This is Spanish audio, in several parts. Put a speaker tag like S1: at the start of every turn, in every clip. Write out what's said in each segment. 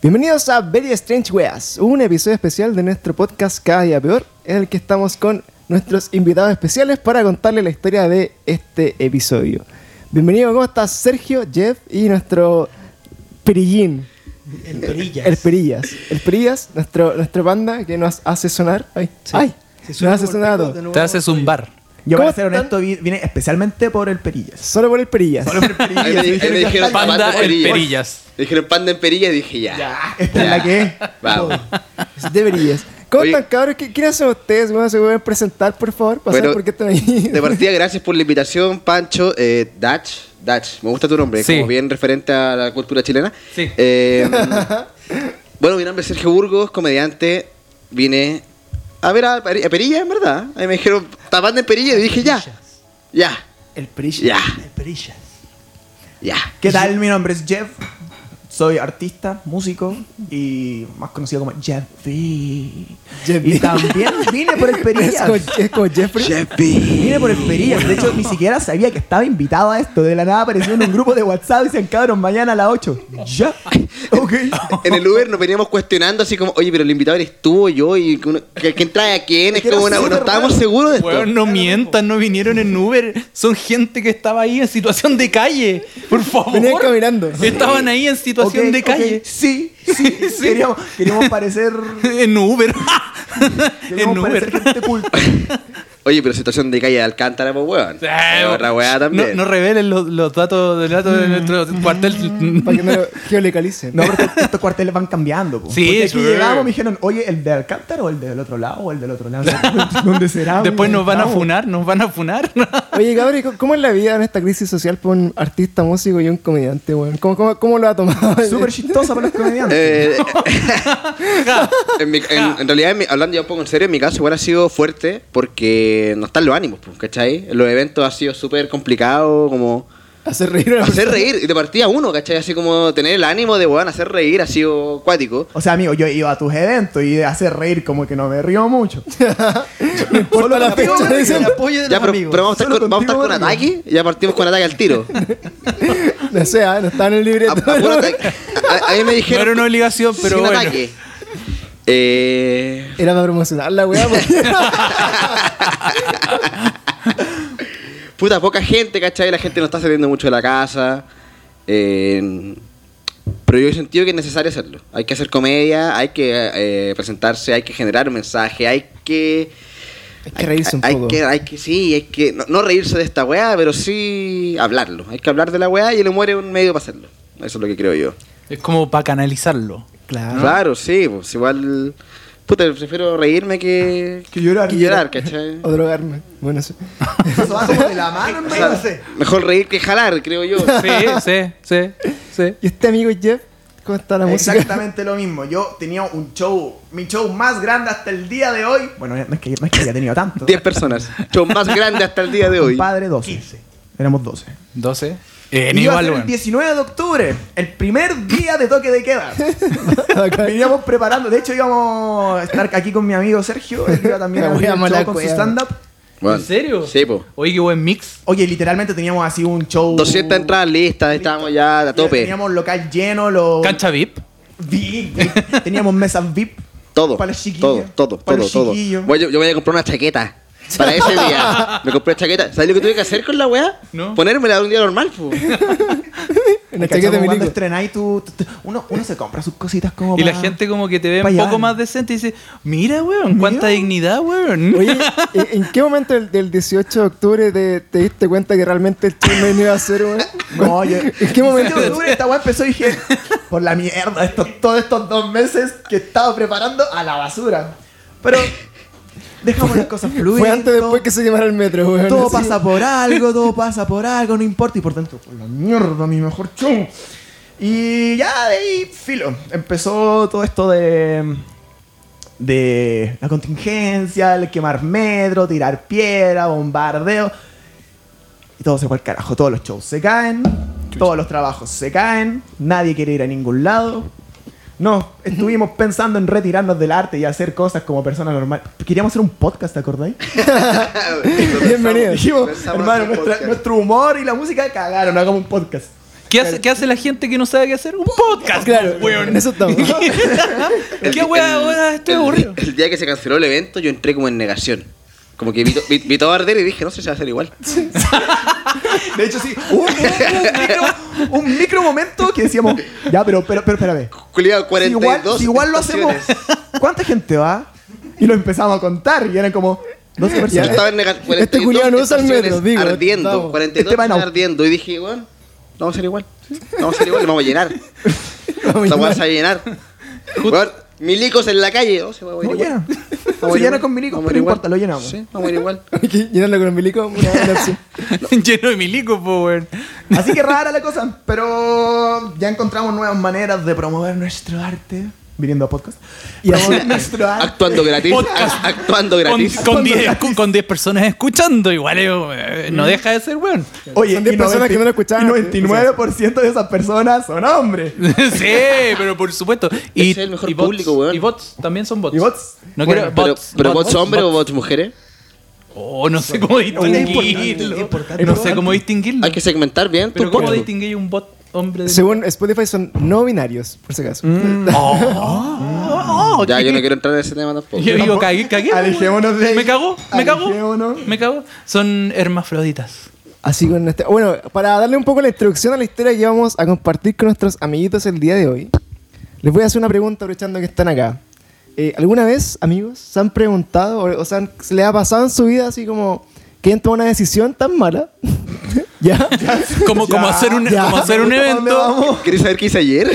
S1: Bienvenidos a Very Strange Weas, un episodio especial de nuestro podcast Cada Día Peor, en el que estamos con nuestros invitados especiales para contarles la historia de este episodio. Bienvenido, ¿cómo estás? Sergio, Jeff y nuestro Perillín.
S2: El perillas.
S1: El Perillas. El Perillas, nuestro, nuestro panda que nos hace sonar. ¡Ay! ¡Ay!
S2: Si
S1: nos
S2: suena
S1: hace
S2: como el
S1: sonar a
S2: pico,
S1: todos.
S2: de nuevo.
S3: Te haces un bar.
S4: Yo
S1: ¿Cómo
S4: para ser
S1: están?
S4: honesto vi- vine especialmente por el Perillas.
S1: Solo por el Perillas.
S5: Ahí me, di- ahí me dijeron
S3: Panda
S5: panda,
S3: en
S5: en perillas.
S3: perillas.
S5: Me dijeron panda en perillas y dije ya.
S4: Esta es
S5: Ya.
S4: la que es.
S5: Vamos.
S1: De Perillas. ¿Cómo
S5: Oye.
S1: están, cabros? ¿Qué- ¿Quiénes son ustedes? Bueno, se pueden presentar, por favor, para
S5: Bueno,
S1: saber por qué están ahí.
S5: De partida, gracias por la invitación, Pancho. Eh, Dutch, Dutch, me gusta tu nombre,
S3: Sí.
S5: como bien referente a la cultura chilena.
S3: Sí.
S5: Eh, bueno, mi nombre es Sergio Burgos, comediante. Vine a ver a, Peri- a Perilla, en verdad. Ahí me dijeron, "Ta panda en perilla, y dije ya. Ya,
S4: El Perillas.
S5: ya,
S2: El perillas.
S5: ya.
S4: ¿Qué tal? Mi nombre es Jeff. Soy artista, músico y más conocido como Jeff B.
S1: Jeff B.
S4: Y también vine por el
S1: Es como,
S4: Perillas.
S1: es como Jeffrey.
S4: Vine por el Perillas. De hecho, ni siquiera sabía que estaba invitado a esto. De la nada apareció en un grupo de WhatsApp y decían, cabros, mañana a las 8. Ya. Ok.
S5: En el Uber nos veníamos cuestionando así como, oye, pero el invitado eres tú o yo, y uno- que- quién trae a quién, es
S4: que era
S5: como una, no
S4: súper
S5: estábamos
S4: raro.
S5: seguros de esto.
S3: Weón, no mientan, no vinieron en Uber. Son gente que estaba ahí en situación de calle. Por favor.
S1: Venían caminando.
S3: Estaban ahí en situación
S4: Ok,
S3: de
S4: ok.
S3: calle.
S4: Sí, sí,
S3: sí.
S4: Queríamos, queríamos parecer.
S3: En Uber. en
S4: Queríamos parecer
S3: Uber.
S4: gente culta.
S5: Oye, pero situación de calle de Alcántara, pues, weón.
S3: Ah,
S5: Otra weá también.
S3: No, no revelen los, los datos, los datos de nuestro cuartel.
S1: Para que no lo geolocalicen.
S4: No, porque estos cuarteles van cambiando. po.
S3: Sí,
S4: Porque aquí
S3: sure.
S4: llegamos y me dijeron, oye, ¿el de Alcántara o el del otro lado? ¿O el del otro lado? ¿Dónde será?
S3: Después nos van a
S4: funar.
S3: funar, nos van a funar.
S1: Oye, cabrón, ¿cómo- ¿cómo es la vida en esta crisis social para un artista, músico y un comediante, weón? ¿Cómo, cómo, cómo lo ha tomado?
S4: Súper chistosa para los comediantes.
S5: Eh, en, mi- en- en realidad, en mi- hablando ya un poco en serio, en mi caso igual ha sido fuerte porque no están los ánimos, pues, ¿cachai? Los eventos ha sido súper complicado, como
S1: Hacer reír a una
S5: hacer
S1: persona.
S5: reír, y de partida uno, ¿cachai? Así como tener el ánimo de, weón, hacer reír ha sido cuático.
S4: O sea, amigo, yo iba a tus eventos y de hacer reír como que no me río mucho.
S1: No importa la
S4: contigo,
S1: fecha,
S4: güey,
S1: dicen.
S3: apoyo
S5: Ya, pero, pero vamos a estar
S4: Solo
S5: con, vamos a estar con
S4: contigo,
S5: ataque, ya partimos con ataque al tiro.
S1: No sé, ah, no está en el
S5: A,
S1: libreto.
S5: a puro ataque. A- a- a mí me
S3: No
S5: dijeron.
S3: era una obligación,
S5: sin
S3: pero bueno.
S5: ataque. Eh,
S1: Era para promocionar la weá. pues. porque-
S5: Puta, poca gente, ¿cachai? La gente no está saliendo mucho de la casa. eh, pero yo he sentido que es necesario hacerlo. Hay que hacer comedia, hay que eh, presentarse, hay que generar un mensaje, hay que...
S1: Hay que reírse un
S5: hay,
S1: poco.
S5: Que, hay que, sí, hay que... No, no reírse de esta weá, pero sí hablarlo. Hay que hablar de la weá y el humor es un medio para hacerlo. Eso es lo que creo yo.
S3: Es como para canalizarlo.
S1: Claro.
S5: Claro, sí, pues igual... Puta, prefiero reírme que...
S4: Que llorar.
S5: Que llorar, ¿cachai?
S1: O drogarme. Bueno, sí.
S4: Eso va como de la mano, hermano.
S5: O sea, mejor reír que jalar, creo yo.
S3: Sí, sí, sí, sí.
S1: ¿Y este amigo Jeff? ¿Cómo está la música?
S4: Exactamente lo mismo. Yo tenía un show, mi show más grande hasta el día de hoy. Bueno, no es que, no es que haya tenido tanto.
S5: 10 personas. Show más grande hasta el día de hoy.
S4: Padre, 12. 15. Éramos 12.
S3: 12. En
S4: Y iba a
S3: igual,
S4: ser el
S3: weón.
S4: 19 de octubre, el primer día de toque de queda.
S1: Acá.
S4: Veníamos preparando, de hecho íbamos a estar aquí con mi amigo Sergio, él iba también
S1: La
S4: a abrir el
S1: wea mala
S4: show con su
S1: cueva.
S4: stand-up.
S5: Bueno.
S3: ¿En serio?
S5: Sí, po.
S3: Oye, qué buen mix.
S4: Oye, literalmente teníamos así un show...
S5: 200 entradas listas, estábamos ya a tope.
S4: Teníamos local lleno, los...
S3: Cancha VIP.
S4: VIP, VIP. Teníamos mesas VIP.
S5: Todo,
S4: Para los chiquillos.
S5: todo, todo,
S4: Para
S5: todo,
S4: los
S5: todo.
S4: chiquillos.
S5: Voy- yo, yo voy a comprar una chaqueta. Para ese día. Me compré una chaqueta. ¿Sabes lo que tuve que hacer con la weá?
S3: No.
S5: Ponérmela un día normal, po.
S1: En el
S4: Cachamos
S1: chaquete de
S4: cuando
S1: milico.
S4: estrenáis tú, tú- tú- uno, uno se compra sus cositas como
S3: Y la
S4: pa-
S3: gente como que te ve
S4: pa
S3: un poco
S4: llevar.
S3: más decente y dice, mira, weón,
S4: Mira.
S3: cuánta dignidad, weón.
S1: Oye, ¿en en qué momento del- del 18 de octubre te, te diste cuenta que realmente el show no iba a ser, weón?
S4: No, yo.
S1: ¿En qué momento?
S4: de octubre esta weá empezó y dije, por la mierda, estos- todos estos dos meses que he estado preparando a la basura. Pero dejamos las cosas fluir.
S1: Fue antes
S4: todo-
S1: después que se llamara el metro, weón.
S4: Todo
S1: así.
S4: pasa por algo, todo pasa por algo, no importa. Y por tanto, por la mierda, mi mejor show. Y ya de ahí, filo. Empezó todo esto de. de la contingencia, el quemar metro, tirar piedra, bombardeo. Y todo se fue al carajo. Todos los shows se caen, todos los trabajos se caen, nadie quiere ir a ningún lado. No, estuvimos pensando en retirarnos del arte y hacer cosas como persona normal. Queríamos hacer un podcast, ¿te acordáis?
S1: Bienvenido.
S4: Dijimos,
S5: Pensamos
S4: hermano,
S5: hacer
S4: nuestra-
S5: podcast.
S4: nuestro humor y la música cagaron, hagamos un podcast.
S3: ¿Qué hace, qué hace la gente que no sabe qué hacer? Un podcast.
S1: Claro,
S3: weón.
S1: en eso estamos.
S5: El
S3: ¿Qué
S5: di-
S3: weá,
S5: el-
S3: weá? Estoy
S5: el di-
S3: aburrido.
S5: El día que se canceló el evento, yo entré como en negación. Como que vi, to- vi- vi todo arder y dije, no sé si va a ser igual.
S4: De hecho, sí, hubo un, un micro, un micro momento que decíamos, ya, pero, pero, pero, espérame.
S5: Culeado,
S4: Si
S5: 42
S4: igual, si igual lo hacemos,
S5: estaciones.
S4: ¿cuánta gente va? Y lo empezamos a contar y eran como 12
S5: Yo
S4: personas.
S5: estaba en nega- 42
S1: culiao no usa el metro,
S5: estaciones
S1: digo,
S5: Ardiendo,
S1: estamos.
S5: 42
S4: Este va en
S5: estaciones
S4: auto.
S5: ardiendo. Y dije, bueno, no vamos a ser igual. No vamos a ser igual, lo vamos a llenar.
S1: Vamos
S5: La
S1: a
S5: weá
S1: llamar.
S5: se va a llenar. Weón, milicos en la calle. No, se va a
S4: No
S5: ir igual.
S4: llena.
S5: Vamos a
S4: Se
S5: ir
S4: llena
S5: igual.
S4: con milicos,
S5: Vamos a
S4: pero no
S5: ir igual.
S4: importa, lo llenamos.
S5: Sí, vamos a ir igual.
S1: Hay que llenarlo con milico. una buena opción.
S3: Lleno de milico, po, weón.
S4: Así que rara la cosa, pero ya encontramos nuevas maneras de promover nuestro arte. Viniendo a podcast.
S1: Y
S4: Promover
S1: ahora-
S4: nuestro arte.
S5: Actuando gratis.
S3: Podcast.
S5: a- Actuando
S3: Con-
S5: gratis.
S3: Con 10 con, con 10 personas escuchando, igual eh, no deja de ser weón.
S4: Oye,
S1: Son diez
S4: y
S1: personas que no lo escuchaban
S4: y
S1: antes.
S4: 99% de esas personas son hombres.
S3: sí, pero por supuesto. Y,
S5: Es el mejor
S3: y bots,
S5: público, weón.
S3: Y bots también son bots.
S4: Y bots.
S3: No
S4: Bueno,
S3: quiero
S5: Pero,
S3: bots.
S5: pero bots hombres o bots mujeres.
S3: Oh, no sé cómo distinguirlo.
S4: importante,
S3: no sé
S4: importante.
S3: cómo distinguirlo.
S5: Hay que segmentar bien.
S3: Mm. Pero
S5: tu
S3: cómo
S5: podcast.
S3: distinguir un bot hombre de
S1: Según Spotify son no binarios, por si acaso.
S4: Mm.
S3: Oh,
S5: Ya,
S3: ¿qué-
S5: yo no
S3: qué-
S5: quiero entrar en ese tema tampoco.
S3: Yo digo, cagué, cagué.
S4: Alejémonos de ahí.
S3: Me cago, me cago.
S4: Alejémonos.
S3: Me cago. Son hermafroditas.
S1: Así con este. Bueno, para darle un poco la introducción a la historia que vamos a compartir con nuestros amiguitos el día de hoy, les voy a hacer una pregunta aprovechando que están acá. Eh, ¿Alguna vez, amigos, se han preguntado o, o se, han- se les ha pasado en su vida así como que han tomado una decisión tan mala? ¿Ya?
S3: Como, como
S4: Ya,
S3: hacer un,
S1: ya.
S3: como hacer un
S4: ¿A dónde
S3: evento.
S4: vamos?
S5: ¿Quieres saber qué hice ayer?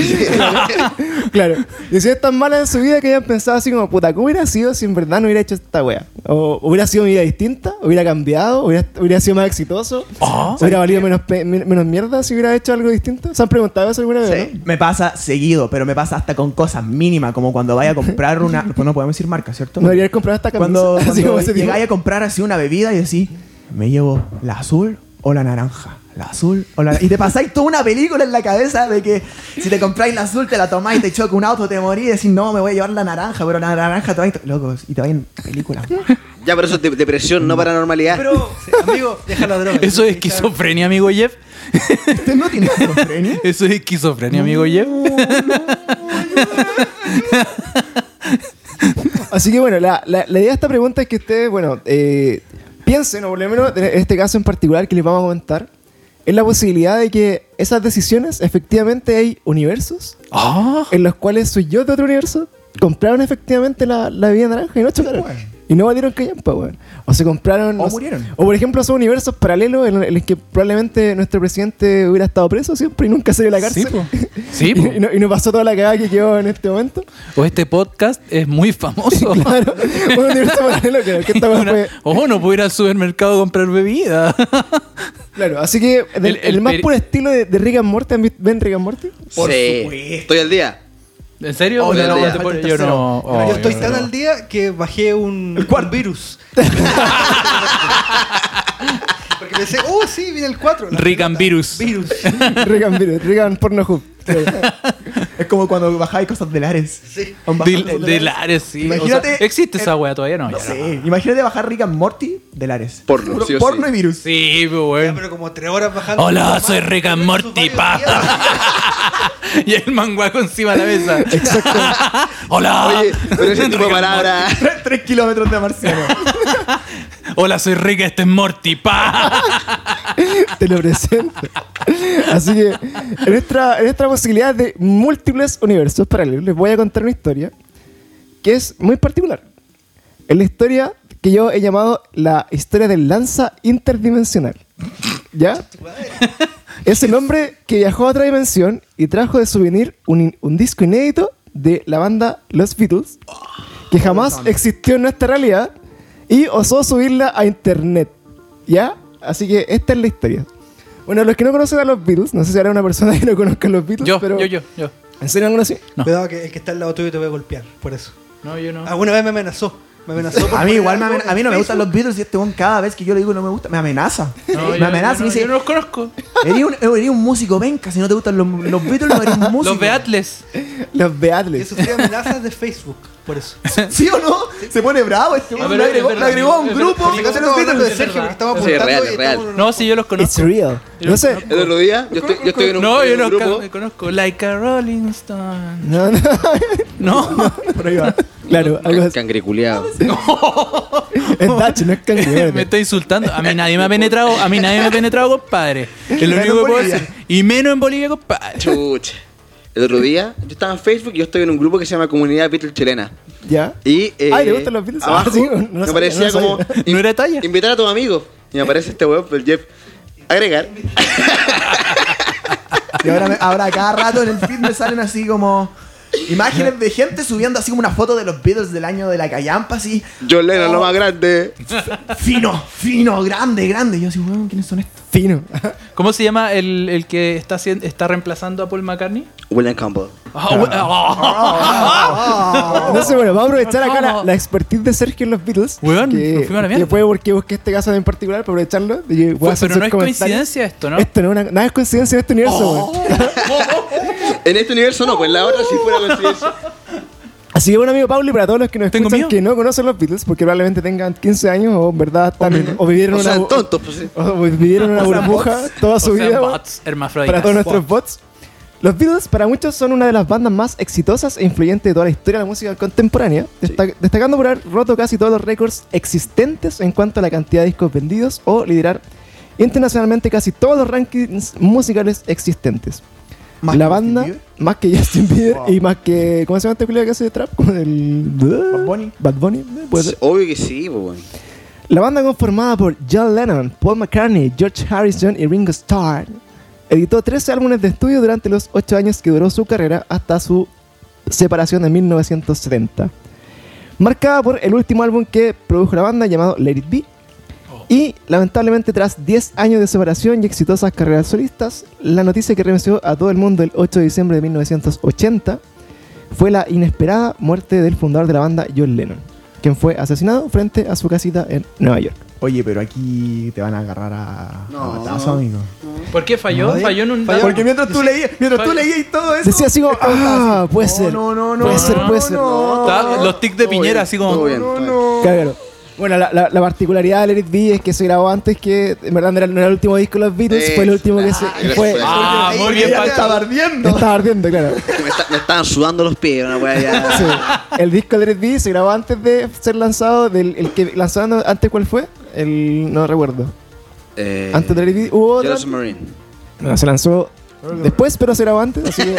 S1: claro. Decisiones tan malas en su vida que hayan pensado así como, puta, ¿cómo hubiera sido si en verdad no hubiera hecho esta wea? ¿O hubiera sido mi vida distinta? ¿Hubiera cambiado? ¿Hubiera, hubiera sido más exitoso?
S3: Ah.
S1: ¿Hubiera valido menos, pe- men- menos mierda si hubiera hecho algo distinto? ¿Se han preguntado eso alguna vez? no?
S4: Sí, Eh, me pasa seguido, pero me pasa hasta con cosas mínimas, como cuando vaya a comprar una. Pues no podemos decir marca, ¿cierto?
S1: No deberías comprar esta camisa.
S4: cuando
S1: así
S4: cuando
S1: como ese tipo.
S4: llegáis a comprar así una bebida y decís, me llevo la azul o la naranja. La azul o la Y te pasáis toda una película en la cabeza de que si te compráis la azul, te la tomáis, te choca un auto, te morís y decís, no, me voy a llevar la naranja, pero la naranja te va a Locos, y te va en películas.
S5: ya, pero eso es de- depresión, no paranormalidad.
S4: Pero, amigo, deja la droga.
S3: Eso es esquizofrenia, amigo Jeff.
S4: ¿Usted no tiene esquizofrenia?
S3: Eso es esquizofrenia, amigo Jeff.
S1: Así que bueno, la, la- la idea de esta pregunta es que ustedes, bueno, eh, piensen, o por lo menos en este caso en particular que les vamos a comentar, es la posibilidad de que esas decisiones, efectivamente hay universos
S3: Ah.
S1: en los cuales soy yo de otro universo, compraron efectivamente la, la bebida naranja y no chocaron.
S4: Bueno.
S1: Y no valieron callampa, weón. O se compraron.
S4: O
S1: no sé-
S4: murieron.
S1: O por ejemplo, son universos paralelos en, en los que probablemente nuestro presidente hubiera estado preso siempre y nunca salió de la
S3: Sí,
S1: cárcel.
S3: po. Sí,
S1: y,
S3: po.
S1: y no, y no pasó toda la cagada que quedó en este momento.
S3: O este podcast es muy famoso.
S1: Claro. Un universo paralelo, claro. Que esta weá
S3: Una-
S1: fue-
S3: Ojo, no puedo ir al supermercado a comprar bebida.
S1: Claro, así que del-
S3: El-
S1: el,
S3: el
S1: más
S3: peri-
S1: puro estilo de, de Rick and Morty, ¿han visto- ¿ven Rick and Morty?
S4: por
S5: sí.
S4: supuesto.
S5: Estoy al día.
S3: ¿En serio?
S5: Oh,
S3: Yo
S5: no,
S3: no,
S5: no,
S3: te
S5: falta
S3: puedo-
S4: el
S3: yo
S4: tercero.
S3: no. oh,
S2: yo estoy
S3: no.
S2: tan al día que bajé un, un virus. Porque pensé, oh, sí, viene el 4.
S3: Rick and virus.
S2: Virus.
S1: Rick and Morty, Rick and Porno Hub.
S4: Es como cuando bajáis cosas del Ares.
S2: Sí.
S4: Aún bajas
S3: Del-
S4: cosas del
S3: del
S4: Ares.
S3: Ares, sí. O
S4: Imagínate-
S3: sea, ¿Existe esa
S4: el-
S3: wea todavía? No, ya no.
S4: Sí, imagínate bajar Rick and Morty del Ares.
S5: Porno,
S4: Puro
S5: sí o
S4: porno
S5: sí.
S4: y virus.
S3: Sí, pues,
S2: Ya,
S3: weón.
S2: pero como tres horas bajando.
S3: Hola,
S2: Mamá,
S3: soy Rick and
S2: versus
S3: Morty,
S2: varios
S3: pa.
S2: días.
S3: y el manguaco encima de la mesa. Exacto. Hola.
S5: Oye, pero ese tipo de palabras.
S4: Tres, tres kilómetros de marciano.
S3: Hola, soy Rick, este es Morty, pa.
S1: Te lo presento. Así que, en nuestra, en nuestra posibilidad de múltiples universos paralelos, les voy a contar una historia que es muy particular. Es la historia que yo he llamado la historia del lanza interdimensional. ¿Ya? Es el hombre que viajó a otra dimensión y trajo de souvenir un, in- un disco inédito de la banda Los Beatles, que jamás existió en nuestra realidad, y osó subirla a internet. ¿Ya? Así que esta es la historia. Bueno, los que no conocen a los Beatles, no sé si habrá una persona que no conozca a los Beatles,
S3: Yo,
S1: pero...
S3: yo, yo, yo.
S1: ¿En serio no conocí?
S3: No. Ah.
S2: Cuidado que el que está al lado tuyo te va a golpear, por eso.
S3: No, yo no.
S2: Alguna vez me amenazó. Me amenazó por
S4: A mí
S2: poner
S4: igual me
S2: algo
S4: amen-
S2: en
S4: a mí no me gustan los
S2: Facebook.
S4: Beatles y este weón cada vez que yo le digo no me gusta, me amenaza. me
S3: yo-
S4: amenaza
S3: yo
S4: y
S3: no-
S4: me dice,
S3: Yo no los conozco.
S4: eres un, eres un músico venca, si no te gustan los, los Beatles no eres un músico.
S3: Los Beatles.
S1: Los
S2: Yo
S1: Beatles.
S2: sufrí amenazas de Facebook, por eso.
S4: ¿Sí o no? Se pone bravo este
S3: Ah,
S4: weón.
S3: pero
S4: Lo
S3: es
S4: agregó,
S3: verdad,
S4: lo agregó a un
S3: es verdad.
S4: grupo.
S3: Sí,
S2: Porque
S3: no,
S2: estamos hablando
S3: no,
S2: de
S3: es
S2: Sergio,
S3: verdad.
S2: porque estamos
S5: Sí, es
S2: apuntando
S5: real,
S2: y
S5: es
S2: estamos
S5: real.
S2: en un-
S3: No, sí, yo los
S1: It's
S3: conozco.
S1: real. No sé.
S5: El otro día, yo estoy, yo estoy en un,
S3: No,
S5: en
S3: yo
S5: un
S3: los
S5: grupo.
S3: ca- conozco. Like a Rolling Stone.
S1: No, no.
S3: No.
S1: Por ahí va. Claro, algo
S5: Can-
S1: así.
S5: Cangriculeado.
S1: Es Dutch, no es cangrejo.
S3: me está insultando. A mí nadie me ha penetrado, a mí nadie me ha penetrado, compadre. Es lo
S4: Menos
S3: único que
S4: en
S3: puedo
S4: Bolivia.
S3: hacer. Y menos en Bolivia, compadre.
S5: Chucha. El otro día, yo estaba en Facebook y yo estoy en un grupo que se llama Comunidad Beatles Chilena.
S1: ¿Ya?
S5: Y, eh,
S1: Ay, ¿le gustan los Beatles?
S5: abajo
S1: Ah, sí, no
S5: me
S1: sabía,
S5: parecía
S1: no sabía.
S5: como
S3: No era talla.
S5: invitar a tus amigos. Y me aparece este weón, el Jeff. Agregar.
S4: Y ahora, me- ahora cada rato en el feed me salen así como imágenes de gente subiendo así como una foto de los Beatles del año de la callampa, así
S5: John Lennon, lo más grande.
S4: fino, fino, grande, grande. Y yo así, weón, ¿quiénes son estos?
S1: Fino.
S3: ¿Cómo se llama el, el que está, hacien- está reemplazando a Paul McCartney?
S5: William Campbell.
S3: Ah, we- ah.
S5: Oh.
S1: No sé, bueno, vamos a aprovechar acá la, la expertise de Sergio en los Beatles.
S3: Weón, nos fuimos a la mierda.
S1: que fue porque busqué este caso en particular para aprovecharlo. y yo voy a
S3: Fue-
S1: hacer
S3: pero
S1: sus
S3: no es
S1: comentarios.
S3: coincidencia esto, ¿no? Oh.
S1: Esto no es una- nada es coincidencia en este universo, weón.
S5: En este universo no, pues en la otra sí fuera coincidencia.
S1: Así que bueno, amigo Pablo, y para todos los que nos
S3: Tengo
S1: escuchan
S3: miedo.
S1: que no conocen los Beatles, porque probablemente tengan 15 años o en verdad están, o vivieron
S5: O
S1: una,
S5: sea,
S1: bu-
S5: tontos, pues sí.
S1: o vivieron una burbuja toda su
S3: ah, O sea,
S1: vida. weón.
S3: bots, hermafroditas.
S1: para todos nuestros bots. Los Beatles para muchos son una de las bandas más exitosas e influyentes de toda la historia de la música contemporánea, desta- destacando por haber roto casi todos los récords existentes en cuanto a la cantidad de discos vendidos o liderar internacionalmente casi todos los rankings musicales existentes.
S4: Más
S1: la
S4: que
S1: banda,
S4: Justin Bieber.
S1: más que Justin Bieber
S4: Wow.
S1: y más que... ¿Cómo se llama este culiao que hace trap? Como el... Bad
S4: Bunny.
S1: Bad Bunny, eh, puede ser.
S5: Obvio que sí, pues weón.
S1: La banda conformada por John Lennon, Paul McCartney, George Harrison y Ringo Starr editó 13 álbumes de estudio durante los 8 años que duró su carrera hasta su separación en 1970. Marcada por el último álbum que produjo la banda llamado Let It Be. Y lamentablemente tras 10 años de separación y exitosas carreras solistas, la noticia que remeció a todo el mundo el 8 de diciembre de 1980 fue la inesperada muerte del fundador de la banda, John Lennon, quien fue asesinado frente a su casita en Nueva York.
S4: Oye, pero aquí te van a agarrar a,
S5: No.
S4: a batazo, amigo.
S3: ¿Por qué falló?
S4: No,
S3: falló en un
S4: Porque mientras tú leías, mientras tú
S3: Fal-
S4: leías y todo eso.
S1: Decía así como, ah, puede ser.
S4: No, no, no,
S1: Puede
S4: no,
S1: ser,
S4: no,
S1: puede ser.
S4: no.
S3: Estaba- los tics de
S5: Todo
S3: Piñera,
S5: bien,
S3: así como-
S5: todo bien,
S4: No,
S5: todo bien.
S4: no.
S1: Claro. Bueno, la, la- la particularidad de Let It Be es que se grabó antes que, en verdad, no era, no era el último disco de los Beatles,
S5: Eh,
S1: fue el último que se...
S5: ah, gracias
S1: fue,
S5: por eso.
S3: Ah,
S4: Porque
S3: muy
S4: ella
S3: bien,
S4: ya
S3: Pancho.
S4: estaba
S1: me
S4: ardiendo.
S1: estaba ardiendo, claro.
S5: Me, está- me estaban sudando los pies, una weá ya.
S1: Sí. El disco de Let It Be se grabó antes de ser lanzado, del, el que lanzaron antes, ¿cuál fue? El, no recuerdo.
S5: Eh,
S1: Antes de Let It Be hubo otro...
S5: Yellow Submarine.
S1: No, se lanzó después, pero se grabó antes. Así que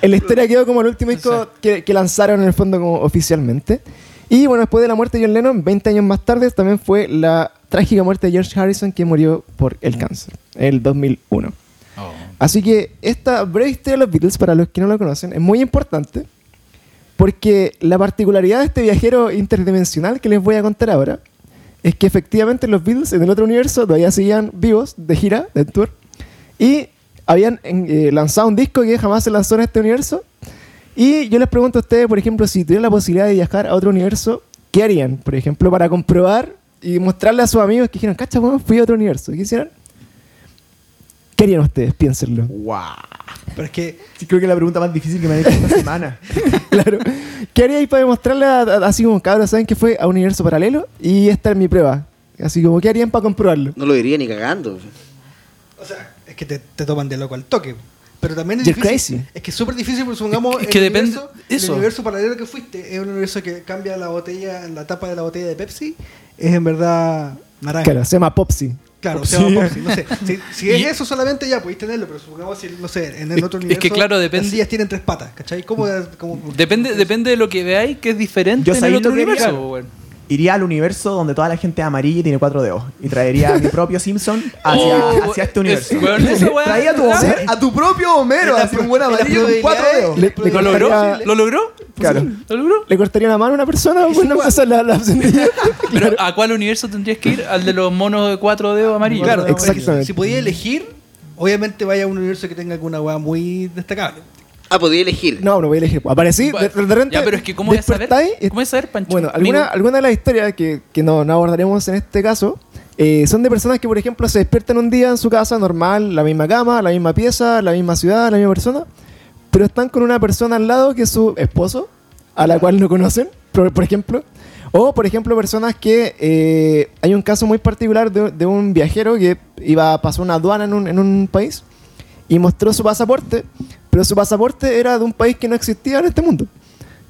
S1: en la historia quedó como el último disco que, que lanzaron en el fondo como oficialmente. Y bueno, después de la muerte de John Lennon, 20 años más tarde, también fue la trágica muerte de George Harrison, que murió por el cáncer en el 2001. Así que esta breve historia de los Beatles, para los que no lo conocen, es muy importante porque la particularidad de este viajero interdimensional que les voy a contar ahora es que efectivamente los Beatles en el otro universo todavía seguían vivos de gira, de tour, y habían en- eh, lanzado un disco que jamás se lanzó en este universo. Y yo les pregunto a ustedes, por ejemplo, si tuvieran la posibilidad de viajar a otro universo, ¿qué harían? Por ejemplo, para comprobar y mostrarle a sus amigos que dijeron, cacha, bueno, fui a otro universo. ¿Qué hicieron? ¿Qué harían ustedes? Piénsenlo.
S4: Guau.
S2: Pero es que
S4: Sí, creo que es la pregunta más difícil que me han hecho esta semana.
S1: claro. ¿Qué haríais para demostrarle a- a- así como cabros saben que fue a un universo paralelo? Y esta es mi prueba. Así como, ¿qué harían para comprobarlo?
S5: No lo diría ni cagando.
S2: O sea, es que te, te toman de loco al toque. Pero también es
S1: You're
S2: difícil.
S1: crazy.
S2: Es que es súper difícil, porque supongamos
S3: Es que
S2: el,
S3: depende-
S2: universo,
S3: eso.
S2: el universo paralelo que fuiste es un universo que cambia la botella, la tapa de la botella de Pepsi, es en verdad naranja.
S1: Claro, se llama Popsy.
S2: Claro, se llama Popsy, no sé. Si, si es eso solamente ya podéis tenerlo, pero supongamos si, no sé, en el
S3: Es-
S2: otro
S3: es que
S2: universo
S3: claro, depende-
S2: las sillas tienen tres patas, ¿cachai? ¿Cómo, cómo-
S3: Depende, depende de lo que veáis que es diferente
S4: Yo
S3: en
S4: sabía
S3: el otro
S4: lo que
S3: universo.
S4: era.
S3: weón.
S4: Iría al universo donde toda la gente es amarilla y tiene cuatro dedos. Y traería a mi propio Simpson hacia,
S3: Oh,
S4: hacia este
S3: es-
S4: universo.
S3: weón, esa weá-
S4: Traía a tu, Homer- a tu propio Homero, así un buen amarillo con cuatro dedos.
S1: Le- le
S3: ¿Lo logró?
S1: cortaría,
S3: ¿Lo logró?
S1: Claro.
S3: ¿Lo logró?
S1: ¿Le cortaría la mano a una persona? Pues Bueno, esa es la, la opción de-
S3: Pero, ¿A cuál universo tendrías que ir? Al de los monos de cuatro dedos amarillos.
S2: Claro,
S1: Exactamente.
S2: Si podía elegir, obviamente vaya a un universo que tenga alguna weá muy destacable.
S5: Ah, podía elegir.
S1: No, no voy a elegir. Aparecí de, de repente.
S3: Ya, pero es que ¿cómo voy a saber?
S1: despertáis y-
S3: ¿Cómo voy a saber, Pancho?
S1: Bueno, alguna,
S3: Amigo.
S1: alguna de las historias que, que no, no abordaremos en este caso eh, son de personas que, por ejemplo, se despiertan un día en su casa normal, la misma cama, la misma pieza, la misma ciudad, la misma persona, pero están con una persona al lado que es su esposo, a la cual no conocen, por, por ejemplo. O, por ejemplo, personas que... eh, hay un caso muy particular de, de un viajero que iba a pasar una aduana en un, en un país y mostró su pasaporte, pero su pasaporte era de un país que no existía en este mundo.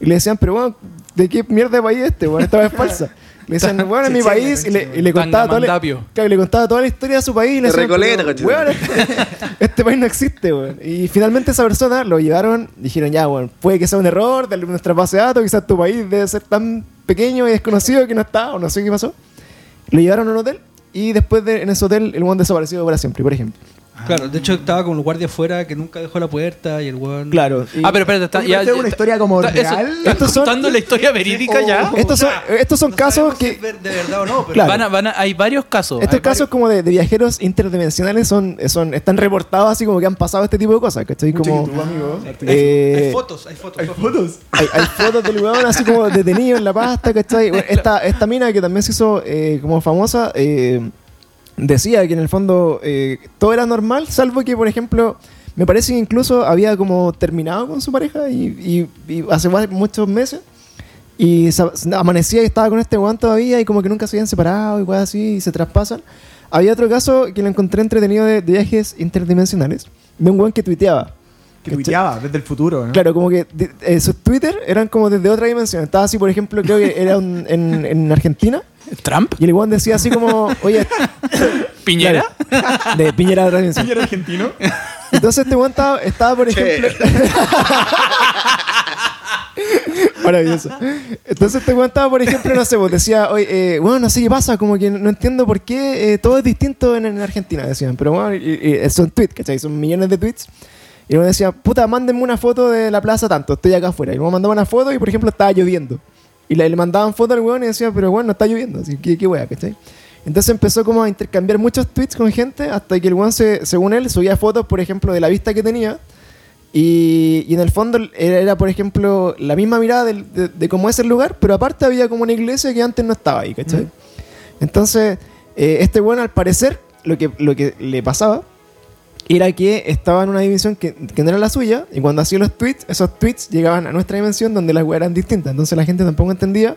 S1: Y le decían, pero bueno, ¿de qué mierda de país es este? Bueno, esta vez es falsa. Le decían, bueno, es mi
S4: Chechena,
S1: país. Y le, y le contaba toda la,
S3: Tangamandapio.
S1: claro, y le contaba toda la historia de su país. Y le
S5: De
S1: decían,
S5: Recoleta,
S1: pero,
S5: cochino.
S1: weón, este, este país no existe, weón. Y finalmente esa persona lo llevaron, dijeron, ya, bueno, puede que sea un error de nuestra base de datos, quizás tu país debe ser tan pequeño y desconocido que no está, o no sé qué pasó. Lo llevaron a un hotel y después de, en ese hotel el hueón desapareció para siempre, por ejemplo.
S2: Claro, de hecho estaba con el guardia afuera que nunca dejó la puerta y el weón.
S1: Claro.
S3: Ah, pero espérate, está,
S4: Oye, pero
S3: ya,
S4: esto es una historia como real.
S3: ¿Estás
S1: Estos son-
S3: contando la historia verídica ya?
S2: Oh,
S1: Estos son,
S2: o sea,
S1: estos son
S2: no
S1: casos
S2: sabemos si
S1: que...
S2: es ver- de verdad o no, pero
S1: Claro.
S3: Van a- van a- hay varios casos.
S1: Estos
S3: Hay
S1: casos como de, de viajeros interdimensionales son, son, están reportados así como que han pasado este tipo de cosas, ¿cachai? Como, eh,
S2: hay fotos, hay fotos.
S4: Hay
S2: ojo.
S4: fotos.
S1: hay, hay fotos del weón así como detenido en la pasta, ¿cachai? Bueno, esta, esta mina que también se hizo eh, como famosa eh, decía que en el fondo eh, todo era normal, salvo que, por ejemplo, me parece que incluso había como terminado con su pareja y, y- y hace más- muchos meses. Y sa- amanecía y estaba con este weón todavía y como que nunca se habían separado y cosas así y se traspasan. Había otro caso que lo encontré entretenido de, de viajes interdimensionales, de un weón que tuiteaba.
S4: Que
S1: ¿cachai?
S4: tuiteaba desde el futuro, ¿no?
S1: Claro, como que de- eh, sus Twitter eran como desde otra dimensión. Estaba así, por ejemplo, creo que era un- en, en Argentina.
S3: varios- ¿Trump?
S1: Y el igual decía así como, oye,
S3: ¿Piñera?
S1: claro, de Piñera de otra dimensión.
S4: ¿Era argentino?
S1: Entonces este weón estaba, estaba, por
S5: Che.
S1: ejemplo. Maravilloso. Entonces este weón estaba, por ejemplo, no sé, pues decía, oye, eh, weón, no sé qué pasa, como que no entiendo por qué eh, todo es distinto en, en Argentina, decían. Pero bueno, son tweets, ¿cachai? Son millones de tweets. Y uno decía, puta, mándenme una foto de la plaza tanto, estoy acá afuera. Y luego mandaba una foto y, por ejemplo, estaba lloviendo. Y le, le mandaban foto al weón y decía, pero weón, no está lloviendo, así que qué weá, ¿cachai? Entonces empezó como a intercambiar muchos tweets con gente hasta que el weón, se- según él, subía fotos, por ejemplo, de la vista que tenía. Y, y en el fondo era, era, por ejemplo, la misma mirada del- de, de cómo es el lugar, pero aparte había como una iglesia que antes no estaba ahí, ¿cachai? Entonces, eh, este weón, al parecer, lo que, lo que le pasaba era que estaba en una dimensión que, que no era la suya, y cuando hacía los tweets, esos tweets llegaban a nuestra dimensión donde las weas eran distintas, entonces la gente tampoco entendía.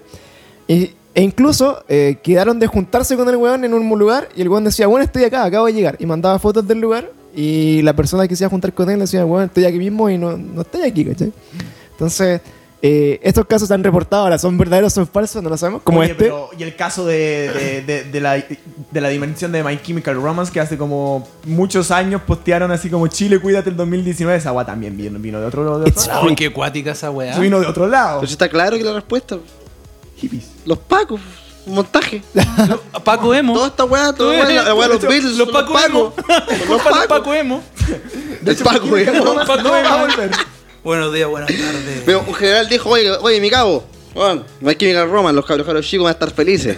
S1: Y- e incluso eh, quedaron de juntarse con el weón en un lugar y el weón decía, bueno, estoy acá, acabo de llegar. Y mandaba fotos del lugar y la persona que se iba a juntar con él decía, bueno, estoy aquí mismo y no, no estoy aquí, ¿cachai? Entonces, eh, estos casos se han reportado ahora, ¿son verdaderos o son falsos? No lo sabemos. Como
S4: Oye,
S1: este.
S4: pero, y el caso de, de- de- de la, de la dimensión de My Chemical Romance, que hace como muchos años postearon así como Chile, cuídate el 2019. Esa agua también vino, vino de otro, de otro
S1: It's-
S4: lado.
S3: Ay, qué cuática esa weá.
S4: Eso vino de otro lado.
S5: Entonces está claro que la respuesta,
S4: Hippies.
S5: los pacos, montaje.
S3: Paco Emo.
S5: Toda esta weá, toda la weá, la weá de los Beatles,
S3: Los
S5: son
S3: Paco Emo.
S5: Los
S3: Paco,
S5: pacos.
S3: Emo.
S5: El Paco Emo.
S4: No,
S3: Paco
S4: va
S3: Emo.
S4: a volver.
S3: Buenos días, buenas tardes.
S5: Pero un general dijo, oye, oye, mi cabo, weón, no hay que mirar Roma, los cabros, cabros chicos van a estar felices.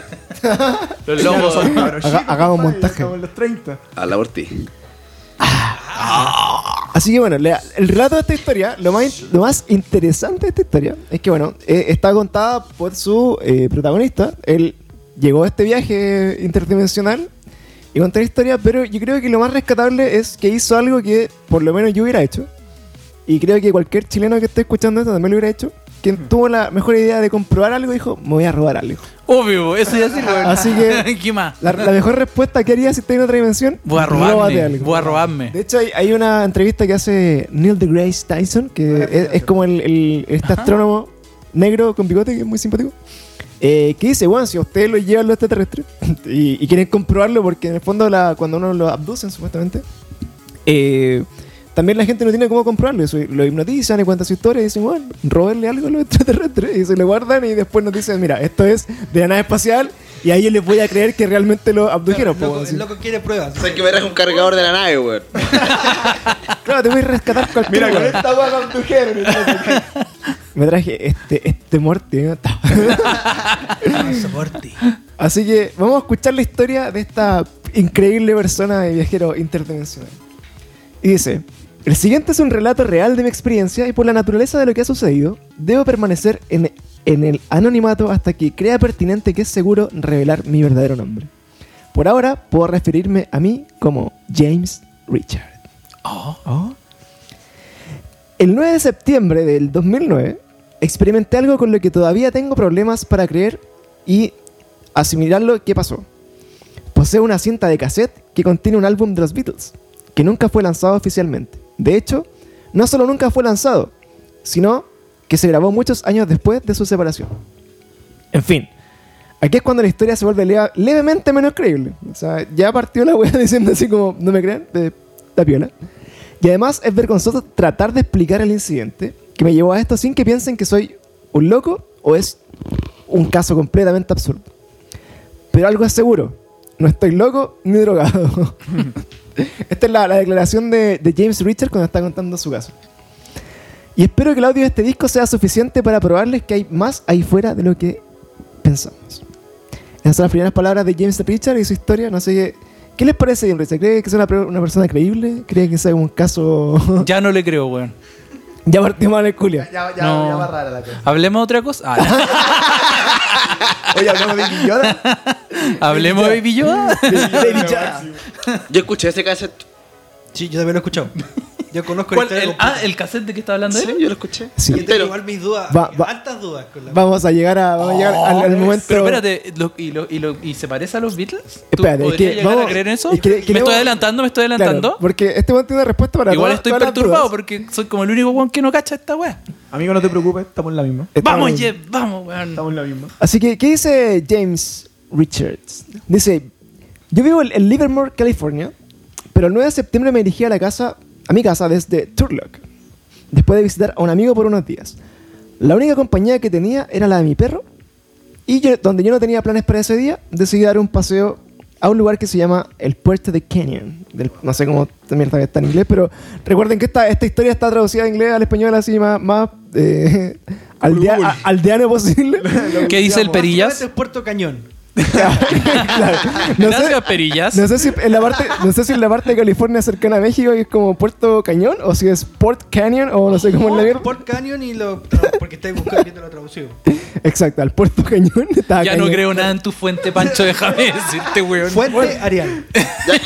S3: Los lobos.
S4: Cabros,
S1: Haga-
S4: chicos,
S1: hagamos
S4: compadre,
S1: montaje.
S4: estamos en los 30.
S5: A la Ortiz.
S1: Así que bueno, la- el relato de esta historia, lo más, lo más interesante de esta historia, es que bueno, eh, está contada por su eh, protagonista. Él llegó a este viaje interdimensional y contó la historia, pero yo creo que lo más rescatable es que hizo algo que por lo menos yo hubiera hecho. Y creo que cualquier chileno que esté escuchando esto también lo hubiera hecho. Quien tuvo la mejor idea de comprobar algo dijo, me voy a robar algo.
S3: Obvio, eso ya sirve.
S1: Así que-
S3: ¿Qué más?
S1: La, la mejor respuesta que haría si estás en otra dimensión,
S3: Voy a
S1: róbate
S3: robarme.
S1: algo.
S3: Voy a robarme.
S1: De hecho, hay, hay una entrevista que hace Neil deGrasse Tyson, que es, es como el, el- este astrónomo negro con bigote, que es muy simpático, eh, que dice, bueno, si a ustedes lo llevan los extraterrestres y, y quieren comprobarlo, porque en el fondo la- cuando uno lo abducen, supuestamente, eh, también la gente no tiene cómo comprobarlo. Eso, lo hipnotizan y cuentan su historia y dicen, bueno, robarle algo a los extraterrestres. Y se lo guardan y después nos dicen, mira, esto es de la nave espacial y ahí yo les voy a creer que realmente lo abdujeron.
S2: El
S1: po,
S2: loco,
S1: así.
S2: el loco quiere pruebas.
S5: O sea, que me traje un cargador de la nave, weón.
S1: Claro, te voy a rescatar cualquier
S4: Mira, con
S1: weá.
S4: esta agua con tu género.
S1: Me traje este, este Morty. ¿no?
S2: Ah, Soporte.
S1: Así que vamos a escuchar la historia de esta increíble persona de viajero interdimensional. Y dice, El siguiente es un relato real de mi experiencia y por la naturaleza de lo que ha sucedido, debo permanecer en, en el anonimato hasta que crea pertinente que es seguro revelar mi verdadero nombre. Por ahora puedo referirme a mí como James Richard. El 9 de septiembre del 2009 experimenté algo con lo que todavía tengo problemas para creer y asimilarlo que pasó. Poseo una cinta de cassette que contiene un álbum de los Beatles, que nunca fue lanzado oficialmente. De hecho, no solo nunca fue lanzado, sino que se grabó muchos años después de su separación. En fin, aquí es cuando la historia se vuelve lea- levemente menos creíble. O sea, ya partió la wea diciendo así como, no me crean, de la piola. Y además es vergonzoso tratar de explicar el incidente que me llevó a esto sin que piensen que soy un loco o es un caso completamente absurdo. Pero algo es seguro, no estoy loco ni drogado. Esta es la, la declaración de, de James Richard cuando está contando su caso. Y espero que el audio de este disco sea suficiente para probarles que hay más ahí fuera de lo que pensamos. Esas son las primeras palabras de James Richard y su historia. No sé qué. ¿Qué les parece, James Richard? ¿Cree que es una, pre- una persona creíble? ¿Cree que sea un caso.?
S3: Ya no le creo, weón.
S1: ya partió mal el Julio.
S4: Ya, ya,
S3: No.
S4: ya va rara la cosa.
S3: Hablemos de otra cosa. Ah,
S4: Oye, hablamos de Baby Yoda.
S3: ya. Hablemos de Baby Yoda.
S4: Baby Yoda.
S5: Yo escuché ese cassette.
S2: Sí, yo también lo he escuchado. Yo conozco
S3: ¿Cuál?
S2: historia
S3: El,
S2: completa.
S3: ah, el cassette de que está hablando
S5: Sí,
S3: él.
S5: yo lo escuché.
S1: Sí.
S2: Y tengo
S5: Entero.
S2: igual mis dudas,
S1: Va- va-
S2: altas dudas con la
S1: Vamos a llegar, a, vamos a llegar al, al
S3: Oh,
S1: momento.
S3: Pero espérate, ¿lo- y, lo- y, lo- ¿y se parece a los Beatles? ¿Tú
S1: Espérate,
S3: podrías
S1: que
S3: llegar
S1: vamos-
S3: a creer en eso?
S1: es que-
S3: ¿Me
S1: queremos-
S3: estoy adelantando? ¿Me estoy
S1: Claro,
S3: adelantando?
S1: porque este momento tiene una respuesta para
S3: Igual
S1: todas-
S3: estoy
S1: todas las
S3: perturbado
S1: dudas.
S3: porque soy como el único weón que no cacha esta weá.
S4: Amigo, no te preocupes, estamos en la misma.
S1: Estamos-
S3: Vamos, Jeff, vamos, weón.
S4: Estamos en la misma.
S1: Así que, ¿qué dice James Richards? Dice, yo vivo en, en Livermore, California, pero el 9 de septiembre me dirigí a la casa, a mi casa desde Turlock, después de visitar a un amigo por unos días. La única compañía que tenía era la de mi perro, y yo- donde yo no tenía planes para ese día, decidí dar un paseo a un lugar que se llama el Puerto de Canyon. Del- no sé cómo también está, está en inglés, pero recuerden que esta, esta historia está traducida de inglés al español así más, más eh, aldea- a- aldeano posible.
S3: ¿Qué dice el
S2: Básicamente
S3: Perillas?
S2: es Puerto Cañón.
S1: Claro. No sé-
S3: Gracias, Perillas.
S1: No sé, si en la parte, no sé si en la parte de California cercana a México es como Puerto Cañón o si es Port Canyon o no sé cómo es la mierda.
S2: Puerto Cañón y lo. tra- Porque estáis buscando viendo lo traducido.
S1: Exacto, al Puerto Cañón. estaba
S3: Ya no
S1: cañón.
S3: creo nada en tu fuente, Pancho, déjame decirte, weón.
S2: Fuente Arial.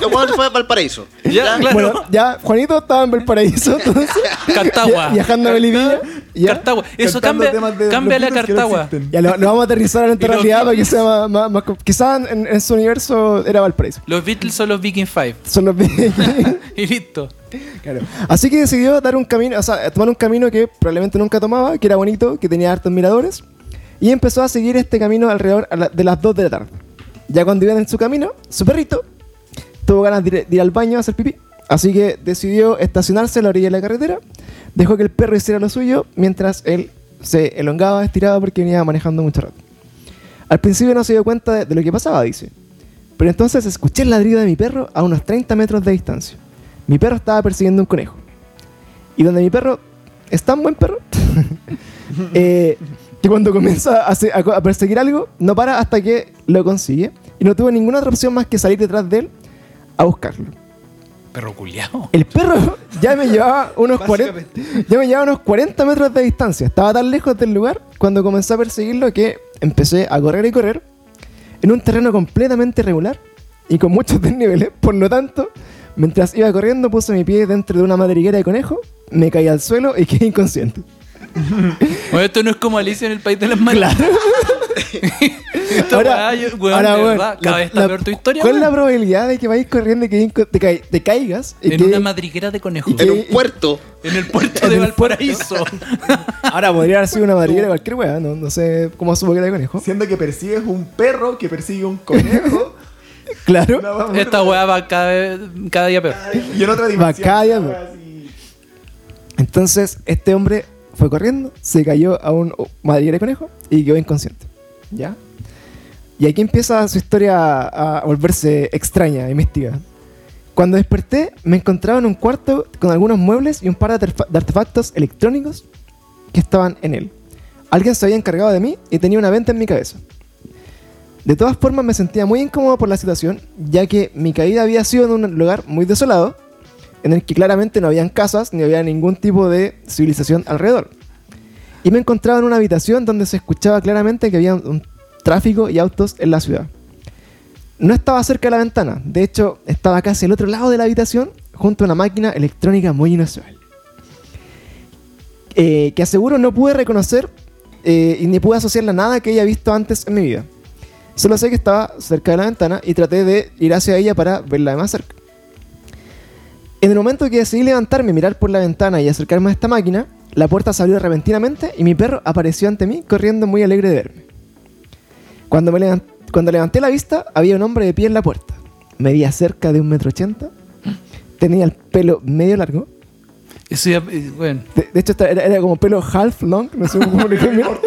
S5: Lo bueno fue Valparaíso.
S3: Ya, claro.
S1: Bueno, ya Juanito estaba en Valparaíso entonces.
S3: Cartagua.
S1: Via- Viajando a Melivilla. Ya,
S3: Cartagua. Eso
S4: Cantando
S3: cambia,
S4: temas de
S3: cambia
S4: los
S3: la
S4: Beatles que no
S3: Cartagua.
S4: existen.
S1: Ya lo, lo vamos a aterrizar en esta
S3: Y los
S1: realidad para que sea más... más, más com- quizás en, en su universo era Valparaíso.
S3: Los Beatles son los Viking Five.
S1: Son los...
S3: Y listo.
S1: Claro. Así que decidió dar un camino, o sea, tomar un camino que probablemente nunca tomaba, que era bonito, que tenía hartos miradores, y empezó a seguir este camino alrededor a la- de las 2 de la tarde. Ya cuando iban en su camino, su perrito tuvo ganas de ir, de ir al baño a hacer pipí, así que decidió estacionarse a la orilla de la carretera, dejó que el perro hiciera lo suyo, mientras él se elongaba, estiraba porque venía manejando mucho rato. Al principio no se dio cuenta de, de lo que pasaba, dice. Pero entonces escuché el ladrido de mi perro a unos 30 metros de distancia. Mi perro estaba persiguiendo un conejo. Y donde mi perro es tan buen perro eh, que cuando comienza a, se- a co- a perseguir algo, no para hasta que lo consigue. Y no tuvo ninguna otra opción más que salir detrás de él a buscarlo.
S3: Perro culiao.
S1: El perro ya me llevaba unos 40,
S2: Básicamente.
S1: ya me llevaba unos 40 metros de distancia. Estaba tan lejos del lugar cuando comencé a perseguirlo que empecé a correr y correr en un terreno completamente irregular y con muchos desniveles. Por lo tanto, mientras iba corriendo puse mi pie dentro de una madriguera de conejo, me caí al suelo y quedé inconsciente.
S3: Bueno, esto no es como Alicia en el País de las Maravillas. Esta weá, yo- weón, de
S1: weón,
S3: verdad, cada vez está peor tu historia,
S1: ¿Cuál es
S3: weón.
S1: la probabilidad de que vayas corriendo y que inco- te, ca- te caigas? y
S3: En
S1: que-
S3: una madriguera de conejos.
S1: y-
S5: En un puerto.
S3: En el puerto
S1: en
S3: de
S1: el
S3: Valparaíso.
S1: Ahora podría haber sido una madriguera de cualquier weá, no, no sé cómo supo que era de conejo.
S4: Siendo que persigues un perro que persigue un conejo.
S1: Claro.
S4: una mamá-
S3: Esta weá va cada, vez- cada día peor.
S4: Y en otra dimensión.
S1: Bacalla,
S4: una
S1: bro.
S4: wea así.
S1: Entonces, este hombre fue corriendo, se cayó a un oh, madriguera de conejo y quedó inconsciente. ¿Ya? Y aquí empieza su historia a a volverse extraña y mística. Cuando desperté, me encontraba en un cuarto con algunos muebles y un par de, artefa- de artefactos electrónicos que estaban en él. Alguien se había encargado de mí y tenía una venta en mi cabeza. De todas formas, me sentía muy incómodo por la situación, ya que mi caída había sido en un lugar muy desolado en el que claramente no habían casas ni había ningún tipo de civilización alrededor. Y me encontraba en una habitación donde se escuchaba claramente que había un, un tráfico y autos en la ciudad. No estaba cerca de la ventana, de hecho estaba casi al otro lado de la habitación junto a una máquina electrónica muy inusual. Eh, que aseguro no pude reconocer eh, y ni pude asociarla a nada que haya visto antes en mi vida. Solo sé que estaba cerca de la ventana y traté de ir hacia ella para verla de más cerca. En el momento que decidí levantarme, mirar por la ventana y acercarme a esta máquina, la puerta se abrió repentinamente y mi perro apareció ante mí corriendo muy alegre de verme. Cuando, me levan- cuando levanté la vista, había un hombre de pie en la puerta. Medía cerca de un metro ochenta. Tenía el pelo medio largo.
S3: Eso ya, eh, bueno,
S1: De, de hecho, esta- era, era como pelo half long. No sé cómo le cambió.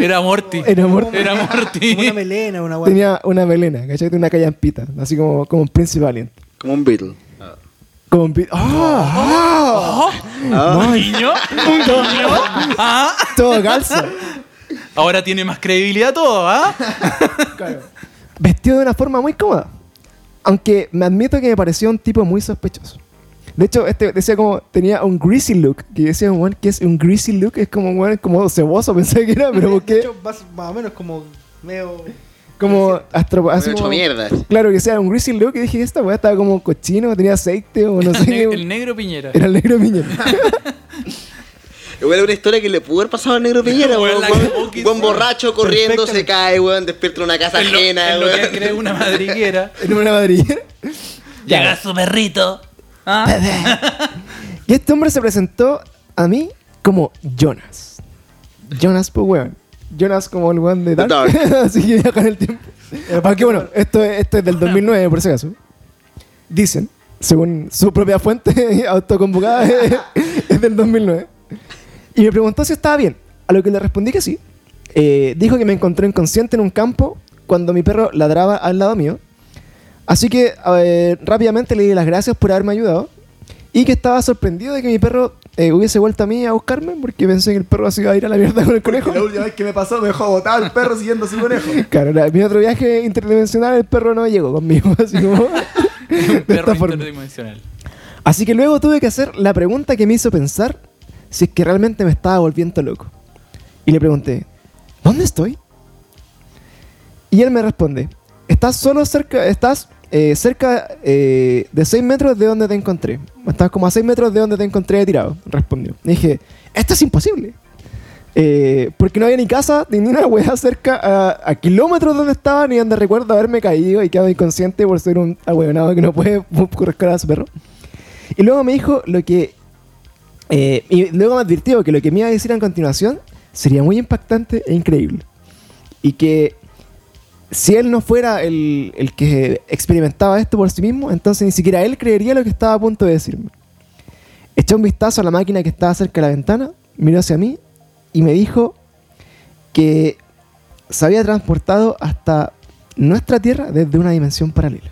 S3: era Morty.
S1: Era Morty.
S3: Era Morty.
S2: Como una melena, una guay.
S1: Tenía una melena, ¿cachai? Tenía una callampita. Así como, como un príncipe alien.
S5: Como un Beatle.
S1: Como un... pi- ¡Ah!
S5: Ah,
S3: Oh, ¿Un niño? ¿Un niño? ¿Ah?
S1: ¡Ah! Todo calza.
S3: Ahora tiene más credibilidad todo, ¿ah?
S1: vestido de una forma muy cómoda. Aunque me admito que me pareció un tipo muy sospechoso. De hecho, este decía como tenía un greasy look. Que yo decía, weón, ¿qué es un greasy look? Es como, weón, como ceboso, pensé que era, pero ¿por
S2: De
S1: qué?
S2: hecho, vas- más o menos como medio...
S1: Como astro, así
S5: hecho
S1: como-
S5: mierda.
S1: Claro, que sea un greasy look. Y dije, esta weá estaba como cochino, tenía aceite o no sé
S3: Ne-
S1: qué.
S3: el negro Piñera.
S1: Era el negro miñón.
S5: Igual es una historia que le pudo haber pasado al negro Piñera,
S3: Weón,
S5: weón.
S3: la
S5: Weón-
S3: cagó, quizá.
S5: Weón borracho corriendo, se cae, weón, despierta en una casa
S3: En lo,
S5: ajena,
S3: en lo que
S5: weón.
S3: cree una madriguera.
S1: Era una madriguera.
S3: Llega su perrito. ¿Ah?
S1: Y este hombre se presentó a mí como Jonas. Jonas, pues weón. Jonas como el weón de Dark.
S5: Dark.
S1: Así que viaja en el tiempo. Aunque bueno, esto, es- esto es del 2009 por si acaso. Dicen, según su propia fuente autoconvocada, es del 2009. Y me preguntó si estaba bien. A lo que le respondí que sí. Eh, dijo que me encontró inconsciente en un campo cuando mi perro ladraba al lado mío. Así que eh, rápidamente le di las gracias por haberme ayudado y que estaba sorprendido de que mi perro eh, hubiese vuelto a mí a buscarme porque pensé que el perro se iba a ir a la mierda con el conejo.
S4: La última vez que me pasó me dejó botado el perro siguiendo su conejo.
S1: Claro, era mi otro viaje interdimensional el perro no llegó conmigo, así como de
S3: Un perro
S1: esta forma.
S3: interdimensional.
S1: Así que luego tuve que hacer la pregunta que me hizo pensar si es que realmente me estaba volviendo loco. Y le pregunté, ¿dónde estoy? Y él me responde, estás solo cerca, estás eh, cerca eh, de 6 metros de donde te encontré. Estás como a 6 metros de donde te encontré tirado, respondió. Y dije, esto es imposible. Eh, porque no había ni casa, ni una weá cerca a, a kilómetros de donde estaba, ni donde recuerdo haberme caído y quedado inconsciente por ser un ahueonado que no puede correr a su perro. Y luego me dijo lo que. eh, y luego me advirtió que lo que me iba a decir a continuación sería muy impactante e increíble. Y que si él no fuera el, el que experimentaba esto por sí mismo, entonces ni siquiera él creería lo que estaba a punto de decirme. Echó un vistazo a la máquina que estaba cerca de la ventana, miró hacia mí y me dijo que se había transportado hasta nuestra Tierra desde una dimensión paralela.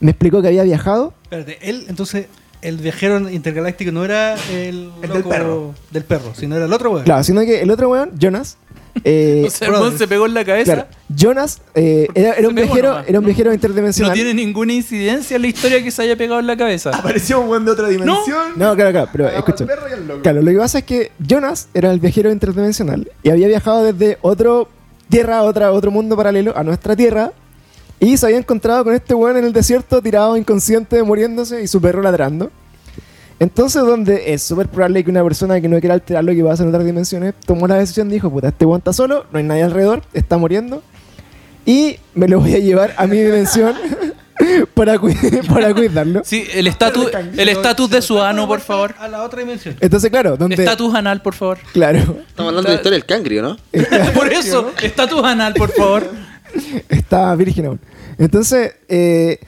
S1: Me explicó que había viajado
S2: Espérate, él, entonces, el viajero intergaláctico no era el,
S4: El del
S2: loco
S4: perro.
S2: del perro, sino era el otro weón.
S1: Claro, sino que el otro weón, Jonas. eh,
S3: O sea, el weón se pegó en la cabeza.
S1: claro, Jonas eh, era, era
S3: Se
S1: un
S3: pegó
S1: viajero,
S3: nomás.
S1: era un viajero
S3: No
S1: interdimensional.
S3: tiene ninguna incidencia en la historia que se haya pegado en la cabeza.
S4: Apareció un buen de otra dimensión.
S1: No, claro, claro, pero
S3: Ah,
S4: Agarró al
S1: escucha.
S4: perro y al loco.
S1: Claro, lo que pasa es que Jonas era el viajero interdimensional y había viajado desde otro tierra, otra, otro mundo paralelo a nuestra tierra y se había encontrado con este weón en el desierto tirado inconsciente, muriéndose y su perro ladrando. Entonces, donde es súper probable que una persona que no quiera alterar lo que pasa en otras dimensiones tomó la decisión, dijo: Puta, este weón está solo, no hay nadie alrededor, está muriendo y me lo voy a llevar a mi dimensión para, cuid- para cuidarlo.
S3: Sí, el estatus el estatus de su ano, por favor.
S2: A la otra dimensión.
S1: Entonces, claro, donde.
S3: Estatus anal, por favor.
S1: Claro.
S5: Estamos hablando de la historia del cangrio, ¿no?
S3: Por eso, estatus anal, por favor.
S1: Está virgen aún. Entonces, eh,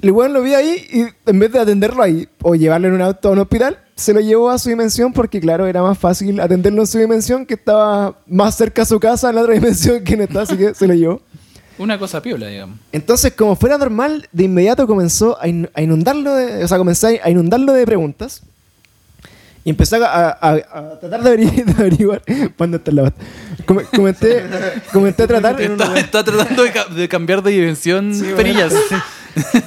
S1: el weón lo vi ahí y en vez de atenderlo ahí o llevarlo en un auto a un hospital, se lo llevó a su dimensión porque, claro, era más fácil atenderlo en su dimensión que estaba más cerca a su casa en la otra dimensión que no está, así que se lo llevó.
S3: Una cosa piola, digamos.
S1: Entonces, como fuera normal, de inmediato comenzó a, in- a inundarlo de, o sea, comencé a inundarlo de preguntas. Y empecé a, a- a- a tratar de averi- de averiguar, cuándo está la bata? Com- Comenté, comenté a tratar...
S3: Está, está tratando de, ca- de cambiar de dimensión perillas.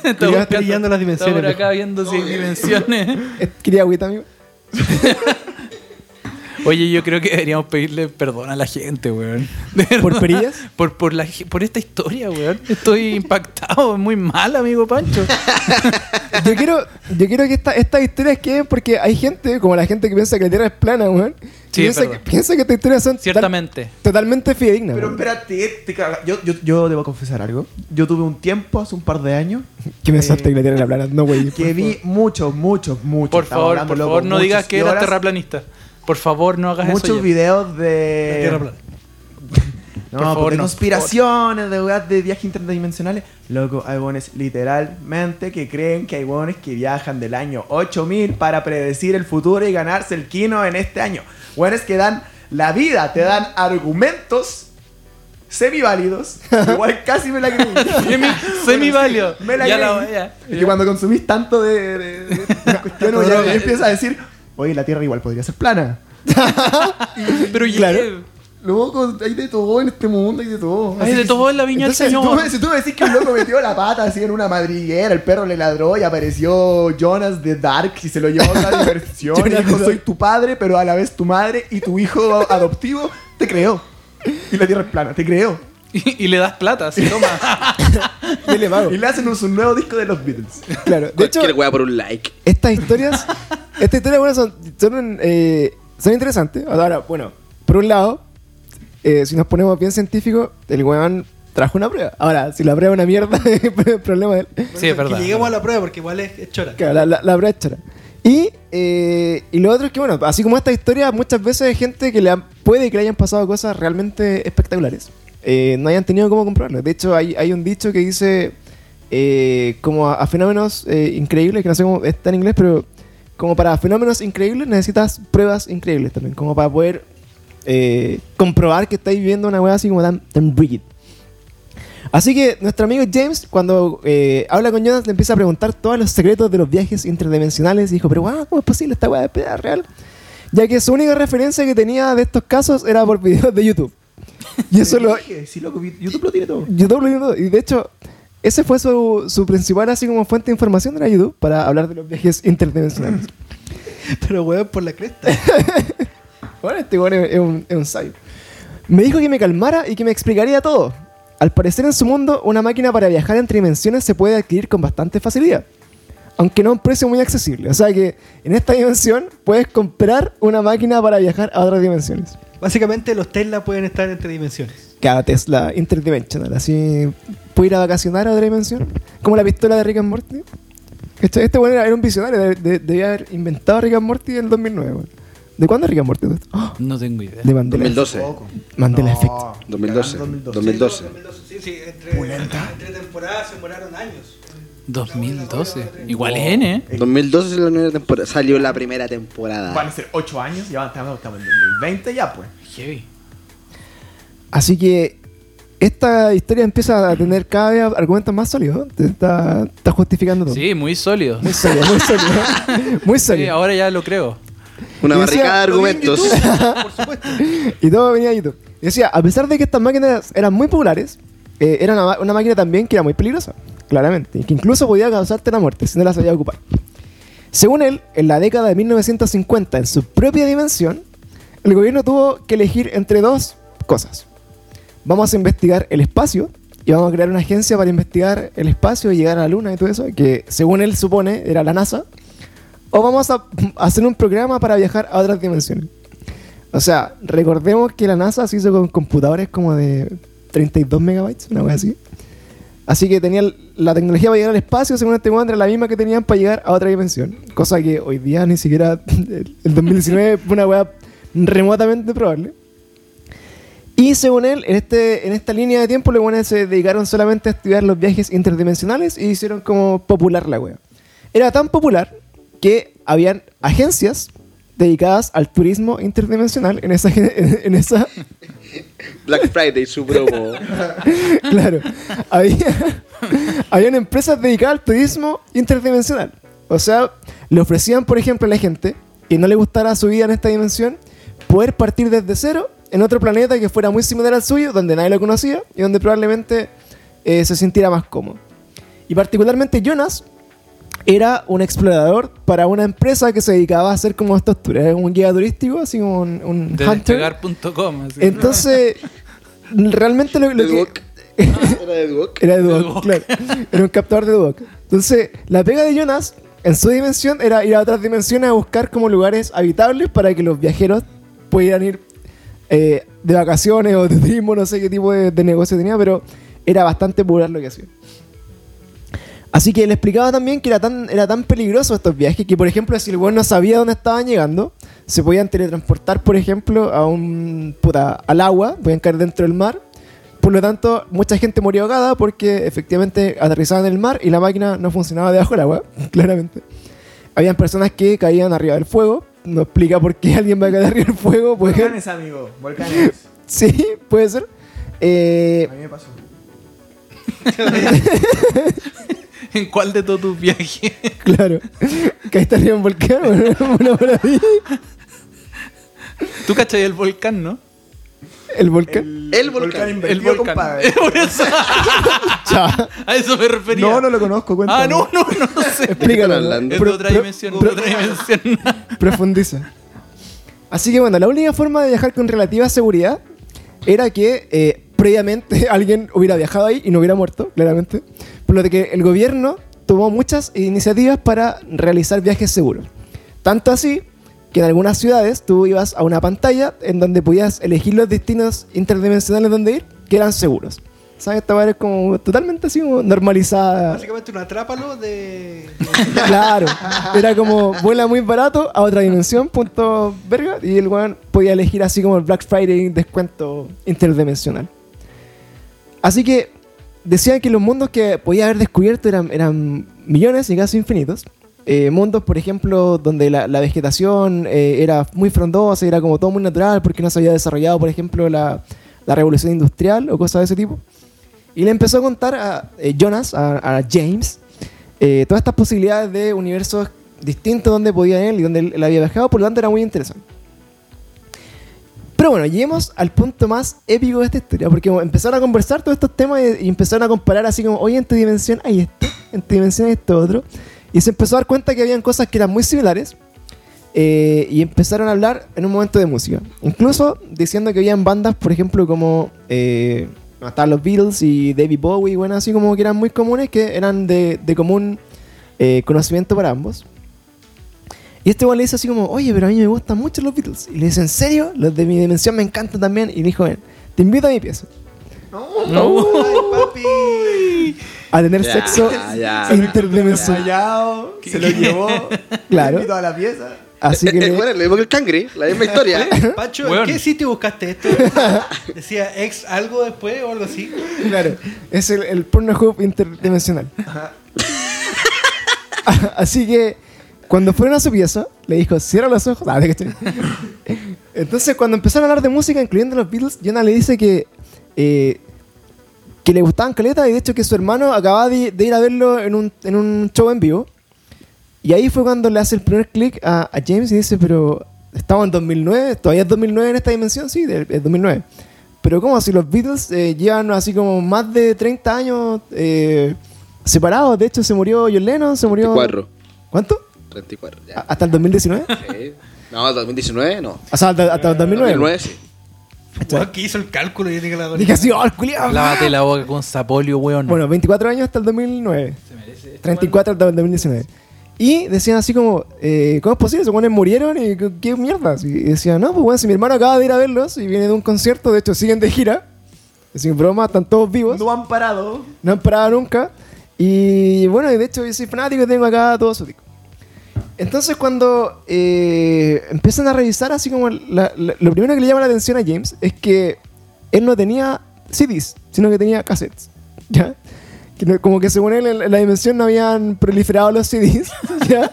S2: Quería-
S3: buscando-
S2: pillando las dimensiones,
S3: Está por acá
S2: viejo.
S3: viendo si hay dimensiones.
S1: Eh, Quería agüita, amigo.
S3: Oye, yo creo que deberíamos pedirle perdón a la gente, weón. De
S1: ¿Por
S3: verdad.
S1: perillas?
S3: Por, por, la, por esta historia, weón. Estoy impactado, es muy mal, amigo Pancho.
S1: Yo quiero, yo quiero que esta- estas historias queden porque hay gente, como la gente que piensa que la Tierra es plana, weón. que
S3: Sí, es
S1: piensa, que,
S3: verdad.
S1: piensa que estas historias son total-
S3: Ciertamente.
S1: totalmente fidedignas.
S4: Pero
S1: weón.
S4: espérate, te caga- yo, yo, yo debo confesar algo. Yo tuve un tiempo, hace un par de años,
S1: que me salta que la Tierra es plana. No, güey.
S4: Eh, que vi muchos, muchos, muchos.
S3: Por
S4: estaba
S3: favor,
S4: hablando,
S3: por
S4: loco,
S3: favor, no
S4: muchos,
S3: digas que
S4: y
S3: eras
S4: horas-
S3: terraplanista. Por favor, no hagas eso.
S4: Muchos
S3: ya.
S4: videos
S1: Eh,
S2: La Tierra
S4: de.
S2: plana.
S4: No,
S3: Por favor,
S4: porque
S3: no.
S4: conspiraciones, de weas de viajes interdimensionales. Loco, hay weones literalmente que creen que hay weones que viajan del año 8000 para predecir el futuro y ganarse el kino en este año. Weones que dan la vida, te dan argumentos semiválidos. Igual casi me la creí.
S3: Semi, semivalio.
S4: Me la
S3: ya
S4: creí.
S3: la ya.
S4: Es que cuando consumís tanto de, de- de estas cuestiones, ya, ya empiezas a decir, oye, la Tierra igual podría ser plana.
S3: Pero ya.
S1: Claro.
S4: Loco, hay de todo en este mundo, hay de todo.
S3: Ay,
S4: Así
S3: de
S4: que
S3: todo en la viña del
S4: Entonces, si tú,
S3: Señor.
S4: me- si tú me decís que un loco metió la pata así en una madriguera, el perro le ladró y apareció Jonas de Dark y se lo llevó a la diversión. y
S1: Jonas
S4: dijo,
S1: de
S4: soy
S1: Dark.
S4: tu padre, pero a la vez tu madre y tu hijo adoptivo, te creó. Y la tierra es plana, te creó.
S3: Y, y le das plata, así toma.
S1: Dile, mago.
S4: Y le hacen un, su nuevo disco de los Beatles.
S1: Claro. De hecho,
S5: Cualquier weá por un like.
S1: estas historias, estas historias, bueno, son, son, eh, son interesantes. Ahora, bueno, por un lado, eh, si nos ponemos bien científicos, el weón trajo una prueba. Ahora, si la prueba es una mierda, es problema de él.
S3: Sí, es verdad.
S2: Que lleguemos a la prueba porque igual es, es chora.
S1: Claro, la, la, la brecha. Y, eh, y lo otro es que, bueno, así como esta historia, muchas veces hay gente que le han- puede que le hayan pasado cosas realmente espectaculares. Eh, no hayan tenido cómo comprobarlo. De hecho, hay, hay un dicho que dice, eh, como a, a fenómenos eh, increíbles, que no sé cómo está en inglés, pero como para fenómenos increíbles necesitas pruebas increíbles también, como para poder eh, comprobar que estáis viviendo una weá así como tan, tan brígida. Así que nuestro amigo James, cuando eh, habla con Jonas, le empieza a preguntar todos los secretos de los viajes interdimensionales. Y dijo, pero guau, ¿cómo es posible esta weá de peda real? Ya que su única referencia que tenía de estos casos era por videos de YouTube. Y eso lo...
S4: Dije, sí, loco, YouTube lo tiene todo.
S1: YouTube lo ayudó. Y de hecho, ese fue su, su principal así como fuente de información era YouTube para hablar de los viajes interdimensionales.
S2: Pero weón, por la cresta.
S1: Bueno, este weón es, es un, es un sabio. Me dijo que me calmara y que me explicaría todo. Al parecer en su mundo, una máquina para viajar entre dimensiones se puede adquirir con bastante facilidad. Aunque no a un precio muy accesible. O sea que en esta dimensión puedes comprar una máquina para viajar a otras dimensiones.
S2: Básicamente los Tesla pueden estar entre dimensiones.
S1: Cada Tesla Interdimensional. Así, puedo ir a vacacionar a otra dimensión. Como la pistola de Rick and Morty. ¿Cachai? Este bueno era, era un visionario. de- de- debía haber inventado Rick and Morty en el 2009. weón. ¿De cuándo es Rick and Morty? ¡Oh!
S3: No tengo idea.
S1: De Mandela.
S5: 2012.
S1: Mandela
S4: No,
S1: Effect.
S5: 2012. 2012.
S2: Sí, sí, entre, entre temporadas se demoraron años.
S3: 2012. Igual es N, ¿eh?
S5: 2012 es la primera temporada. Salió la primera temporada.
S4: Van a ser 8 años, ya estamos estamos en 2020 ya, pues.
S3: Heavy.
S1: Así que esta historia empieza a tener cada vez argumentos más sólidos. Te Está, está justificando todo.
S3: Sí, muy sólido.
S1: Muy sólido, muy sólido. muy
S3: Sí,
S1: sólido.
S3: ahora ya lo creo.
S5: Una
S1: Y decía,
S5: barricada de
S2: lo vi en
S5: argumentos.
S2: YouTube, por supuesto.
S1: Y todo venía de YouTube. Y decía, a pesar de que estas máquinas eran muy populares, eh, era una, ma- una máquina también que era muy peligrosa, claramente, y que incluso podía causarte la muerte si no la sabía ocupar. Según él, en la década de 1950, en su propia dimensión, el gobierno tuvo que elegir entre dos cosas. Vamos a investigar el espacio y vamos a crear una agencia para investigar el espacio y llegar a la luna y todo eso, que según él supone era la NASA. O vamos a hacer un programa para viajar a otras dimensiones. O sea, recordemos que la NASA se hizo con computadores como de 32 megabytes, una cosa así. Así que tenía la tecnología para llegar al espacio, según este momento, era la misma que tenían para llegar a otra dimensión. Cosa que hoy día ni siquiera el el 2019 fue una weá remotamente probable. Y según él, en, este, en esta línea de tiempo, los buenos se dedicaron solamente a estudiar los viajes interdimensionales y hicieron como popular la wea. Era tan popular que habían agencias dedicadas al turismo interdimensional en esa, gen- en, en esa
S5: Black Friday, su promo.
S1: claro, había, habían empresas dedicadas al turismo interdimensional. O sea, le ofrecían, por ejemplo, a la gente que no le gustara su vida en esta dimensión, poder partir desde cero en otro planeta que fuera muy similar al suyo, donde nadie lo conocía y donde probablemente eh, se sintiera más cómodo. Y particularmente Jonas era un explorador para una empresa que se dedicaba a hacer como estos tours. Era un guía turístico, así como un, un
S3: De
S1: hunter.
S3: despegar.com. así.
S1: Entonces, realmente lo, lo
S5: Del
S1: que...
S5: Wok. Era del Wok.
S1: Era de
S3: De
S1: Duoc,
S3: Duoc.
S1: claro. Era un captador de Duoc. Entonces, la pega de Jonas en su dimensión era ir a otras dimensiones a buscar como lugares habitables para que los viajeros pudieran ir eh, de vacaciones o de turismo, no sé qué tipo de, de negocio tenía, pero era bastante popular lo que hacía. Así que le explicaba también que era tan, era tan peligroso estos viajes que, por ejemplo, si el weón no sabía dónde estaban llegando, se podían teletransportar, por ejemplo, a un puta, al agua, podían caer dentro del mar. Por lo tanto, mucha gente moría ahogada porque efectivamente aterrizaban en el mar y la máquina no funcionaba debajo del agua, claramente. Habían personas que caían arriba del fuego. No explica por qué alguien va a caer arriba del fuego. Puede que-
S4: Volcanes, amigo. Volcanes.
S1: sí, puede ser. Eh,
S4: A mí me pasó.
S3: ¿En cuál de todos tus viajes?
S1: claro. Caíste arriba de un volcán. Bueno, bueno, por ahí.
S3: Tú cachai el volcán, ¿no?
S1: El volcán.
S5: El volcán.
S4: invertido,
S3: el volcán.
S4: compadre.
S3: Por eso,
S1: Ya.
S3: a eso me refería.
S4: No, no lo conozco, cuéntame.
S3: Ah, no, no, no sé.
S1: Explícalo.
S5: hablando?
S3: Es de
S1: Pro-
S3: otra
S1: pro-
S3: dimensión, de otra dimensión.
S1: Profundiza. Así que bueno, la única forma de viajar con relativa seguridad era que eh, previamente alguien hubiera viajado ahí y no hubiera muerto, claramente. Por lo de que el gobierno tomó muchas iniciativas para realizar viajes seguros. Tanto así que en algunas ciudades tú ibas a una pantalla en donde podías elegir los destinos interdimensionales donde ir, que eran seguros. ¿Sabes? Esta weá es como totalmente así como normalizada.
S2: Básicamente un atrápalo de.
S1: Claro. Era como vuela muy barato a otra dimensión, punto verga. Y el weón podía elegir así como el Black Friday descuento interdimensional. Así que decían que los mundos que podía haber descubierto eran, eran millones y casi infinitos. Eh, mundos, por ejemplo, donde la, la vegetación eh, era muy frondosa, era como todo muy natural porque no se había desarrollado, por ejemplo, la, la revolución industrial o cosas de ese tipo. Y le empezó a contar a eh, Jonas, a, a James, eh, todas estas posibilidades de universos distintos donde podía él y donde él, él había viajado, por lo tanto era muy interesante. Pero bueno, lleguemos al punto más épico de esta historia, porque empezaron a conversar todos estos temas y, y empezaron a comparar así como, oye, en tu dimensión hay esto, en tu dimensión hay esto otro. Y se empezó a dar cuenta que habían cosas que eran muy similares eh, y empezaron a hablar en un momento de música. Incluso diciendo que habían bandas, por ejemplo, como eh, estaban los Beatles y David Bowie, bueno, así como que eran muy comunes, que eran de, de común eh, conocimiento para ambos. Y este igual le dice así como, oye, pero a mí me gustan mucho los Beatles. Y le dice, ¿en serio? Los de mi dimensión me encantan también. Y le dijo, "Ven, te invito a mi pieza.
S3: No.
S2: ¡Ay, papi!
S1: A tener
S5: Ya,
S1: sexo
S5: ya.
S1: interdimensional.
S4: Ensayado, se lo llevó.
S1: Claro.
S4: le invitó a la pieza.
S1: Así que...
S5: Eh, eh,
S1: le-
S5: bueno, lo mismo que el cangre, la misma historia.
S2: Pacho,
S3: Weón.
S2: ¿en qué sitio buscaste esto? Decía ex algo después o algo así.
S1: Claro, es el, el Pornhub interdimensional. Así que cuando fueron a su pieza, le dijo, cierra los ojos. Ah, de que estoy- Entonces, cuando empezaron a hablar de música, incluyendo los Beatles, Jonah le dice que, eh, que le gustaban caleta y de hecho que su hermano acababa de, de ir a verlo en un, en un show en vivo. Y ahí fue cuando le hace el primer clic a, a James y dice, pero estamos en 2009, todavía es 2009 en esta dimensión, sí, de- es 2009. Pero ¿cómo? Si los Beatles eh, llevan así como más de 30 años eh, separados, de hecho se murió John Lennon, se murió...
S5: 34.
S1: ¿Cuánto?
S5: 34,
S1: ¿A-
S5: ya.
S1: ¿Hasta el 2019?
S5: Sí. No, 2019 no.
S1: O sea, hasta, hasta el 2009.
S5: 2009 sí.
S2: Weón, que hizo el cálculo y dije la
S1: Dije así, ¡oh, el culiao!
S3: Lávate la boca con sapolio, weón.
S1: Bueno, 24 años hasta el 2009. 34 hasta el 2019. Y decían así como, eh, ¿cómo es posible? Esos buenos murieron y qué- qué mierda. Y decían, no, pues bueno, si mi hermano acaba de ir a verlos y viene de un concierto, de hecho siguen de gira. Sin broma, están todos vivos.
S4: No han parado.
S1: No han parado nunca. Y bueno, y de hecho yo soy fanático y tengo acá todo su disco. Entonces cuando eh, empiezan a revisar, así como la- la- lo primero que le llama la atención a James es que él no tenía CDs, sino que tenía cassettes. ¿Ya? Que no- como que según él en la dimensión no habían proliferado los CDs. ¿Ya?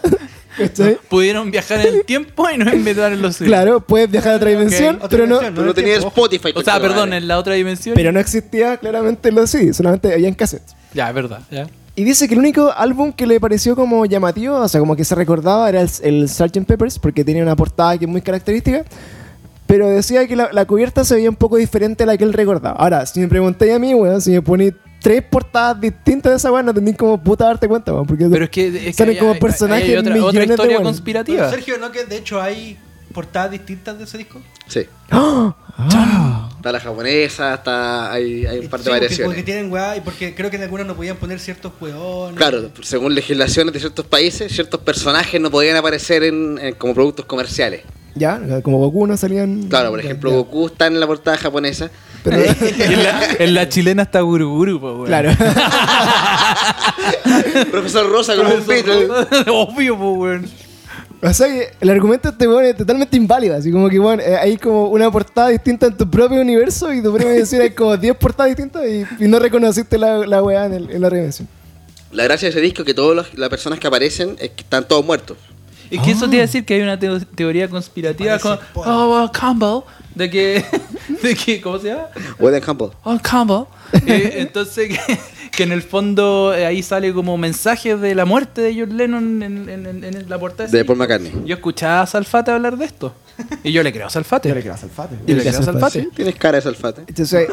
S1: ¿Cachai?
S3: Pudieron viajar en el tiempo y no inventaron los CDs.
S1: Claro, puedes viajar a otra dimensión,
S2: otra
S1: pero no,
S2: dimensión,
S5: Pero no tenía Spotify.
S3: O sea,
S5: conchetumare.
S3: perdón, en la otra dimensión.
S1: pero no existía claramente los CDs, solamente habían cassettes.
S3: Ya, es verdad. Ya.
S1: Y dice que el único álbum que le pareció como llamativo, o sea, como que se recordaba, era el, el Sgt. Peppers, porque tenía una portada que es muy característica. Pero decía que la, la cubierta se veía un poco diferente a la que él recordaba. Ahora, si me preguntáis a mí, weón, si me ponéis tres portadas distintas de esa weá, no tenéis como puta darte cuenta, weón. Porque
S3: Pero es que. Es que
S1: salen
S3: hay-
S1: como
S3: hay-
S1: personajes
S3: hay otra, otra
S1: millones de weones.
S3: historia
S2: Pero,
S3: conspirativa.
S2: Sergio, ¿no que de hecho hay portadas distintas de ese disco?
S5: Sí.
S1: ¡Ah!
S5: Está la japonesa, está, hay, hay un par de
S2: Sí, porque-
S5: variaciones.
S2: Porque tienen weá y porque creo que en algunas no podían poner ciertos weones.
S5: Claro, según legislaciones de ciertos países, ciertos personajes no podían aparecer en, en- como productos comerciales.
S1: Ya, como Goku no salían.
S5: Claro, por ejemplo,
S1: Ya.
S5: Goku está en la portada japonesa.
S1: Pero-
S3: en, la, en la chilena está Guruguru, po, weón.
S1: claro.
S5: Profesor Rosa como un Beatle.
S3: Obvio, po, weón.
S1: o sea que el argumento de este weón es totalmente inválido. Así como que, weón, eh, hay como una portada distinta en tu propio universo y tu propio decir hay como 10 portadas distintas y, y no reconociste la, la weá en, el- en la revisión.
S5: La gracia de ese disco es que todas las- las personas que aparecen es que están todos muertos.
S3: Es que eso te iba a decir que hay una teo- teoría conspirativa
S2: Parece
S3: con
S2: porno.
S3: oh, uh, Campbell de que de que ¿cómo se llama?
S5: Weather Campbell.
S3: Oh, Campbell. Eh, entonces que, que en el fondo eh, ahí sale como mensajes de la muerte de John Lennon en, en- en- en la portada.
S5: De
S3: Sí.
S5: Paul McCartney.
S3: Yo escuchaba a Salfate hablar de esto. Y yo le creo a Salfate.
S4: Yo le creo a Salfate.
S3: Yo le creo a
S1: Gracias,
S3: Salfate.
S5: Tienes cara de salfate.
S1: Entonces,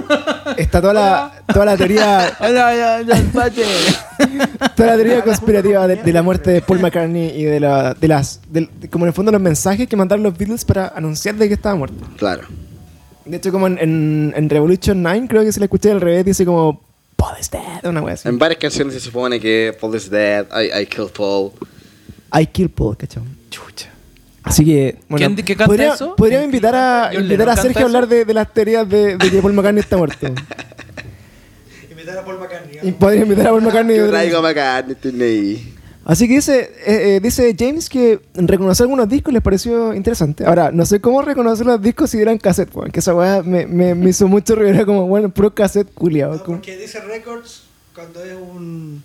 S1: Este, está toda la, toda la teoría.
S3: Hola, hola, Salfate.
S1: Toda la teoría conspirativa de, de la muerte de Paul McCartney y de, la, de las. del- de- como en el fondo, los mensajes que mandaron los Beatles para anunciar de que estaba muerto.
S5: Claro.
S1: De hecho, como en, en, en Revolution 9, creo que si la escuché al revés, dice como. Paul is dead, una wea así.
S5: En varias canciones se supone que Paul is dead, I, I killed Paul.
S1: I kill Paul, cachón.
S3: Chucha.
S1: Así que, bueno,
S3: ¿Quién- qué canta
S1: podría-
S3: eso?
S1: podríamos
S3: ¿Quién
S1: invitar a,
S3: canta? John
S1: invitar
S3: Lennon
S1: a Sergio
S3: canta
S1: a hablar de, de las teorías de, de que Paul McCartney está muerto.
S2: Invitar a Paul
S1: y
S2: McCartney. digamos.
S1: podría invitar a Paul McCartney.
S5: Yo traigo a McCartney, tiene-
S1: Así que dice, eh, eh, dice James que reconocer algunos discos les pareció interesante. Ahora, no sé cómo reconocer los discos si eran cassette, weón, que esa weá me, me, me hizo mucho ruido. Era como, bueno, puro cassette culiado.
S2: No, porque dice records cuando es un.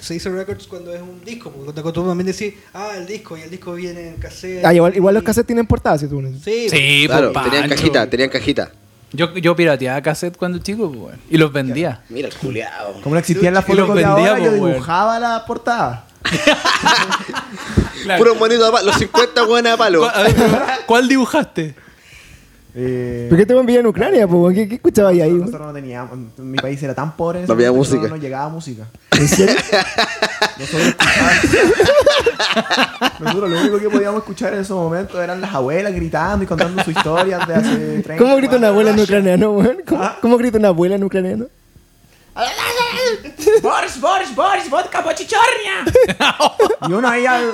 S2: Se dice records cuando es un disco. Porque cuando tú también decís, ah, el disco, y el disco viene en cassette.
S1: Ah, igual, igual los
S2: y-
S1: cassettes tienen portadas, si tú no-
S2: Sí,
S3: Sí,
S5: Claro,
S3: po,
S5: tenían
S3: Pancho.
S5: cajita, tenían cajita.
S3: Yo, yo pirateaba cassette cuando chico, po, weón. Y los vendía.
S5: Mira el culeado.
S4: Como no existían las
S3: Y los
S4: fotos de
S3: vendía,
S4: ahora,
S3: po,
S4: yo
S3: weón.
S4: dibujaba la portada.
S3: Claro.
S5: Puro monito de palo, los 50 buenas a palo.
S3: ¿Cuál, a ver, ¿cuál dibujaste?
S4: Eh,
S1: ¿Por qué te van a enviar en Ucrania, po? weón? ¿Qué, qué escuchabas
S2: Ah,
S1: ahí, weón?
S4: Nosotros no teníamos, mi país era tan pobre en ese
S5: No había
S4: momento que
S5: música.
S4: No, no llegaba música.
S1: ¿En serio?
S4: Nosotros, escuchábamos- nosotros lo único que podíamos escuchar en esos momentos eran las abuelas gritando y contando su historia de hace 30
S1: ¿Cómo grita una abuela en
S4: años.
S1: ucraniano, weón? ¿Cómo,
S2: Ah.
S1: cómo grita una abuela en ucraniano?
S4: Boris, Boris, Boris, vodka pochichornia. y uno ahí al-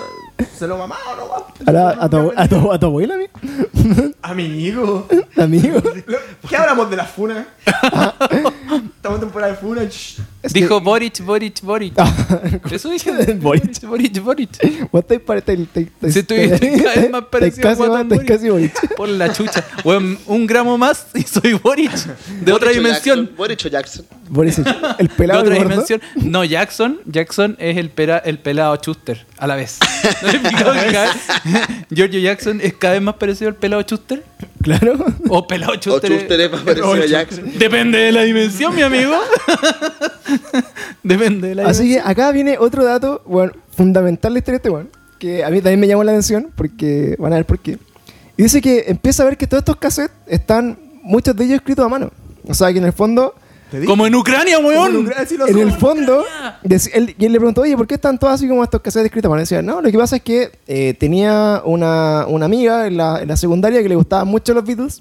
S4: se lo mamaba, ¿no? guapo?
S1: ¿A, la- a tu, abue- a tu- a tu abuela, amigo?
S4: Amigo.
S1: Amigo.
S4: Lo- ¿Qué hablamos de las funas? Estamos en temporada de funas. shh.
S1: Es que- Ah,
S3: Dijo Boric, Boric, Boric. Eso dije.
S1: Boric.
S3: Boric, Boric.
S1: Vos te pare- te- te- te-
S3: Si estoy estoy cada vez más
S1: te-
S3: parecido a
S1: casi-
S3: Guatón
S1: te-
S3: Boric.
S1: casi Boric.
S3: Por la chucha. Weón, un gramo más y soy Boric. De otra
S5: Boric o
S3: dimensión.
S5: Jackson, Boric o Jackson.
S1: Boric, el
S3: De
S1: pelado
S3: otra
S1: gordo.
S3: dimensión. No, Jackson. Jackson es el, pera- el pelado Chuster. A la vez. ¿No le he explicado que cada vez- Giorgio Jackson es cada vez más parecido al pelado Chuster.
S1: Claro.
S3: O pelado
S5: O
S3: Chuster. es-
S5: Chuster es más parecido a Jackson.
S3: Depende de la dimensión, mi amigo. Depende de la
S1: Así que
S3: dimensión.
S1: acá viene otro dato, bueno, fundamental de la historia de este weón, que a mí también me llamó la atención, porque van a ver por qué. Y dice que empieza a ver que todos estos cassettes están, muchos de ellos escritos a mano. O sea, que en el fondo,
S4: Te dije,
S3: Como en Ucrania,
S4: como en
S3: weón.
S4: Ucrania, sí lo
S1: en el
S4: somos.
S1: fondo, dec- él, y él le preguntó, oye, ¿por qué están todos así como estos cassettes escritos a mano? Y decía, no, lo que pasa es que eh, tenía una, una amiga en la, en la secundaria que le gustaban mucho los Beatles,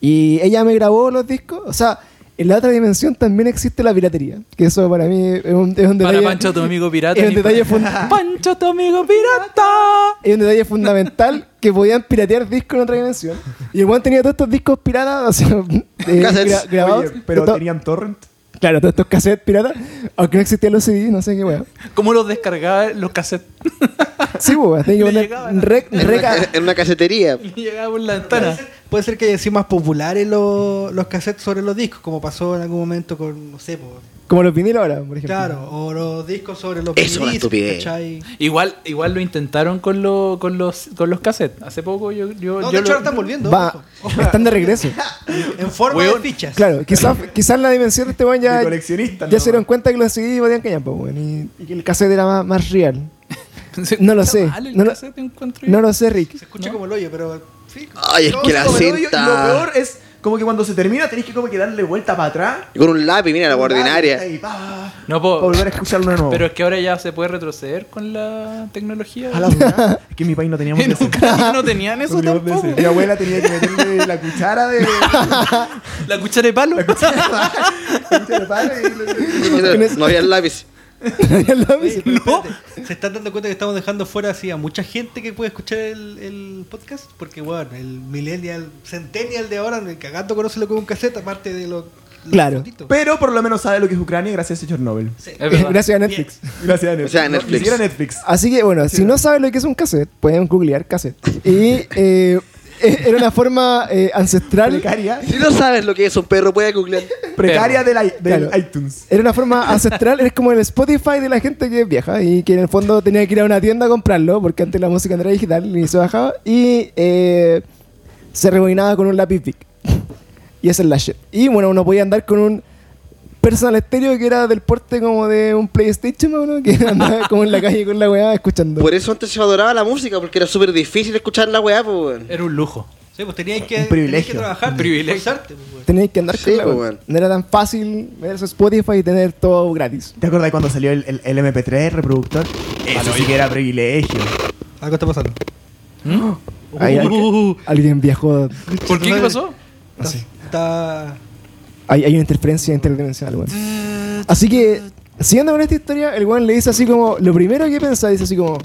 S1: y ella me grabó los discos, o sea... En la otra dimensión también existe la piratería. Que eso para mí es un, es un
S3: Para
S1: detalle-
S3: Pancho, tu amigo pirata.
S1: es un
S3: ni
S1: detalle
S3: pa-
S1: fun-
S3: Pancho, tu amigo pirata.
S1: hay un detalle fundamental que podían piratear discos en otra dimensión. Y el weón tenía todos estos discos piratas, o sea, eh,
S5: Cassettes.
S1: gra- grabados.
S4: Oye, pero
S1: To-
S4: tenían torrent.
S1: Claro, todos estos cassettes piratas, aunque no existían los CDs, no sé qué weón.
S3: ¿Cómo los descargaba los cassettes?
S1: Sí, weón, tenía
S3: Le
S1: que poner
S3: llegaban.
S1: rec-
S5: En una,
S1: reca-
S5: en una casetería.
S3: Llegaba por la
S2: Puede
S3: ventana.
S2: ser, puede ser que hayan sido más populares los, los cassettes sobre los discos, como pasó en algún momento con, no sé, po,
S1: como los vinilos ahora, por ejemplo.
S2: claro, o los discos sobre los
S5: Eso es una
S2: vinilos,
S5: estupidez.
S2: ¿cachai?
S3: Igual, igual lo intentaron con, lo- con los con los cassettes. Hace poco yo, yo,
S2: No, de
S3: yo lo-
S2: hecho ahora están volviendo.
S1: Va,
S2: ojo.
S1: están de regreso.
S2: En forma
S3: Weón,
S2: de fichas.
S1: Claro, quizás quizás la dimensión de este weón ya,
S4: De
S1: ya
S4: coleccionista.
S1: se dieron cuenta que los CDs podían cañar, pues, weón, y, y que el cassette era más, más real. No lo
S3: Está
S1: sé,
S3: mal el
S1: no lo-
S3: cassette, encuentro yo.
S1: No lo sé, Rick.
S2: Se escucha como el hoyo, pero. sí.
S5: Ay, es
S4: No,
S5: que
S4: sí,
S5: la
S4: como el hoyo, y Lo
S5: cinta.
S4: peor es como que cuando se termina tenés que como que darle vuelta para atrás.
S5: Y con un lápiz, mira, la ordinaria.
S4: Y pa,
S3: No
S4: pa
S3: puedo.
S4: volver a escucharlo de nuevo.
S3: Pero es que ahora ya se puede retroceder con la tecnología.
S4: A la dura. Es que en mi país no teníamos
S3: En
S4: que hacer.
S3: Ucrania no tenían eso
S4: Teníamos que
S3: tampoco.
S4: hacer. Mi abuela tenía que meterle la cuchara de.
S3: La cuchara de palo.
S4: la cuchara de palo y-
S5: No había el lápiz.
S2: Oye, pero espérate, ¿Se están dando cuenta que estamos dejando fuera así a mucha gente que puede escuchar el, el podcast? Porque, bueno, el millennial, centennial de ahora, el cagando conoce lo que es un cassette, aparte de lo... lo
S1: Claro.
S2: cortito.
S4: Pero por lo menos sabe lo que es Ucrania gracias a Chernobyl.
S2: Sí.
S3: Es verdad.
S1: Gracias a Netflix.
S4: Gracias a Netflix.
S5: sea,
S4: No,
S5: Netflix.
S4: Ni siquiera Netflix.
S1: Así que bueno, si no saben lo que es un cassette, pueden googlear cassette. Y eh, eh, era una forma eh, ancestral.
S4: Precaria.
S5: Si no sabes lo que es un perro, puedes googlear.
S4: Precaria del, i- del
S1: Claro.
S4: iTunes.
S1: Era una forma ancestral, es como el Spotify de la gente que viaja y que en el fondo tenía que ir a una tienda a comprarlo, porque antes la música no era digital y se bajaba y eh, se rebobinaba con un lápiz big. Y esa es la shit. Y bueno, uno podía andar con un personal estéreo que era del porte como de un PlayStation, ¿no? que andaba como en la calle con la weá escuchando.
S5: Por eso antes se adoraba la música, porque era súper difícil escuchar la weá, pues,
S4: Eh,
S5: weón.
S3: Era un lujo.
S2: Sí, pues tenías que,
S4: Un privilegio.
S2: tenías que trabajar,
S3: Un privilegio.
S2: esforzarte, pues, güey.
S1: Tenías que andar
S5: Sí,
S1: con la
S5: pues,
S1: weá.
S5: weón.
S1: No era tan fácil ver su Spotify y tener todo gratis.
S4: ¿Te acordás cuando salió el, el- el MP3 reproductor? Eso sí que era privilegio.
S2: Algo está pasando.
S1: Ahí al-
S2: Uh,
S1: alguien viajó.
S3: ¿Por ¿Mm? qué? ¿Qué pasó?
S2: Está, está-
S1: Hay, hay una interferencia interdimensional, weón. Así que, siguiendo con esta historia, el weón le dice así como, lo primero que piensa, dice así como,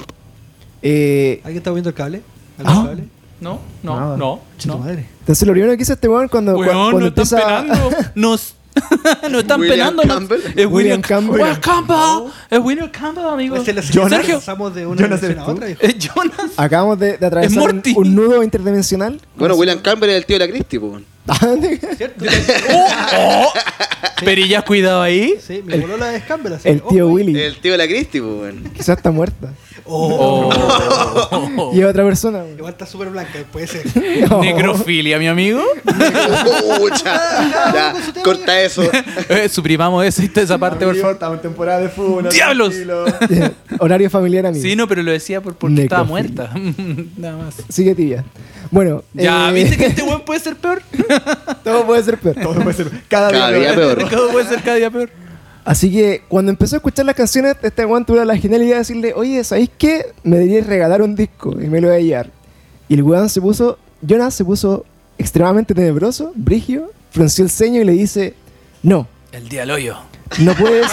S1: eh,
S2: ¿Alguien está moviendo el cable? ¿Algún
S1: Ah.
S2: cable?
S3: No, no,
S4: Nada.
S3: no.
S2: Chito
S3: no.
S2: madre.
S1: entonces lo primero que dice este weón cuando, cua-
S3: Weón,
S1: cuando
S3: no están
S1: empieza...
S3: penando. Nos. no están
S5: William
S3: penando. nos-
S5: Campbell.
S3: Es William
S1: William
S3: Campbell.
S1: Campbell.
S3: William Campbell. Es William Campbell, amigo.
S2: Esta Oh. Este es la
S4: Jonas.
S2: señal que pasamos de una
S4: Jonas,
S2: generación
S4: ¿eres
S2: a
S4: tú?
S2: otra. hijo.
S3: Es Jonas.
S1: Acabamos de, de atravesar un,
S3: Morty.
S1: un nudo interdimensional. Ah,
S5: Bueno, William Campbell era el tío de la Christie, pues, weón.
S2: ¿Cierto?
S3: Oh,
S2: Ah.
S3: oh. Pero ya cuidado ahí.
S2: Sí, mi bolola es Campbell. así
S1: el
S2: que,
S1: tío
S3: Oh,
S2: ojo,
S1: Willy,
S5: El tío de la Christie, pues, weón.
S1: quizás está muerta.
S2: Oh,
S3: Oh.
S1: Y es otra persona, weón.
S2: Igual está súper blanca, puede ser.
S3: Necrofilia, mi amigo.
S5: Pucha. Ya, corta eso.
S3: Eh, suprimamos esa, esa parte, por
S4: Amigo,
S3: favor.
S4: Estamos en temporada de fútbol.
S3: ¡Diablos!
S4: tranquilo.
S1: Horario familiar, amigo.
S3: Sí, no, pero lo decía por, porque estaba
S1: Necrofilia.
S3: muerta. Nada más.
S1: Sigue tibia. Bueno,
S3: Ya,
S1: eh,
S3: ¿viste que este weón puede ser peor?
S1: todo puede ser peor.
S4: Todo puede ser. Cada,
S5: Cada
S4: día,
S5: día
S4: peor.
S5: peor.
S3: Todo puede ser cada día peor.
S1: Así que cuando empezó a escuchar las canciones, este weón tuvo la genial idea de decirle, oye, ¿sabéis qué? Me deberías regalar un disco y me lo voy a llevar. Y el weón se puso, Jonas se puso extremadamente tenebroso, brigio, frunció el ceño y le dice, no,
S3: El día al hoyo.
S1: no puedes...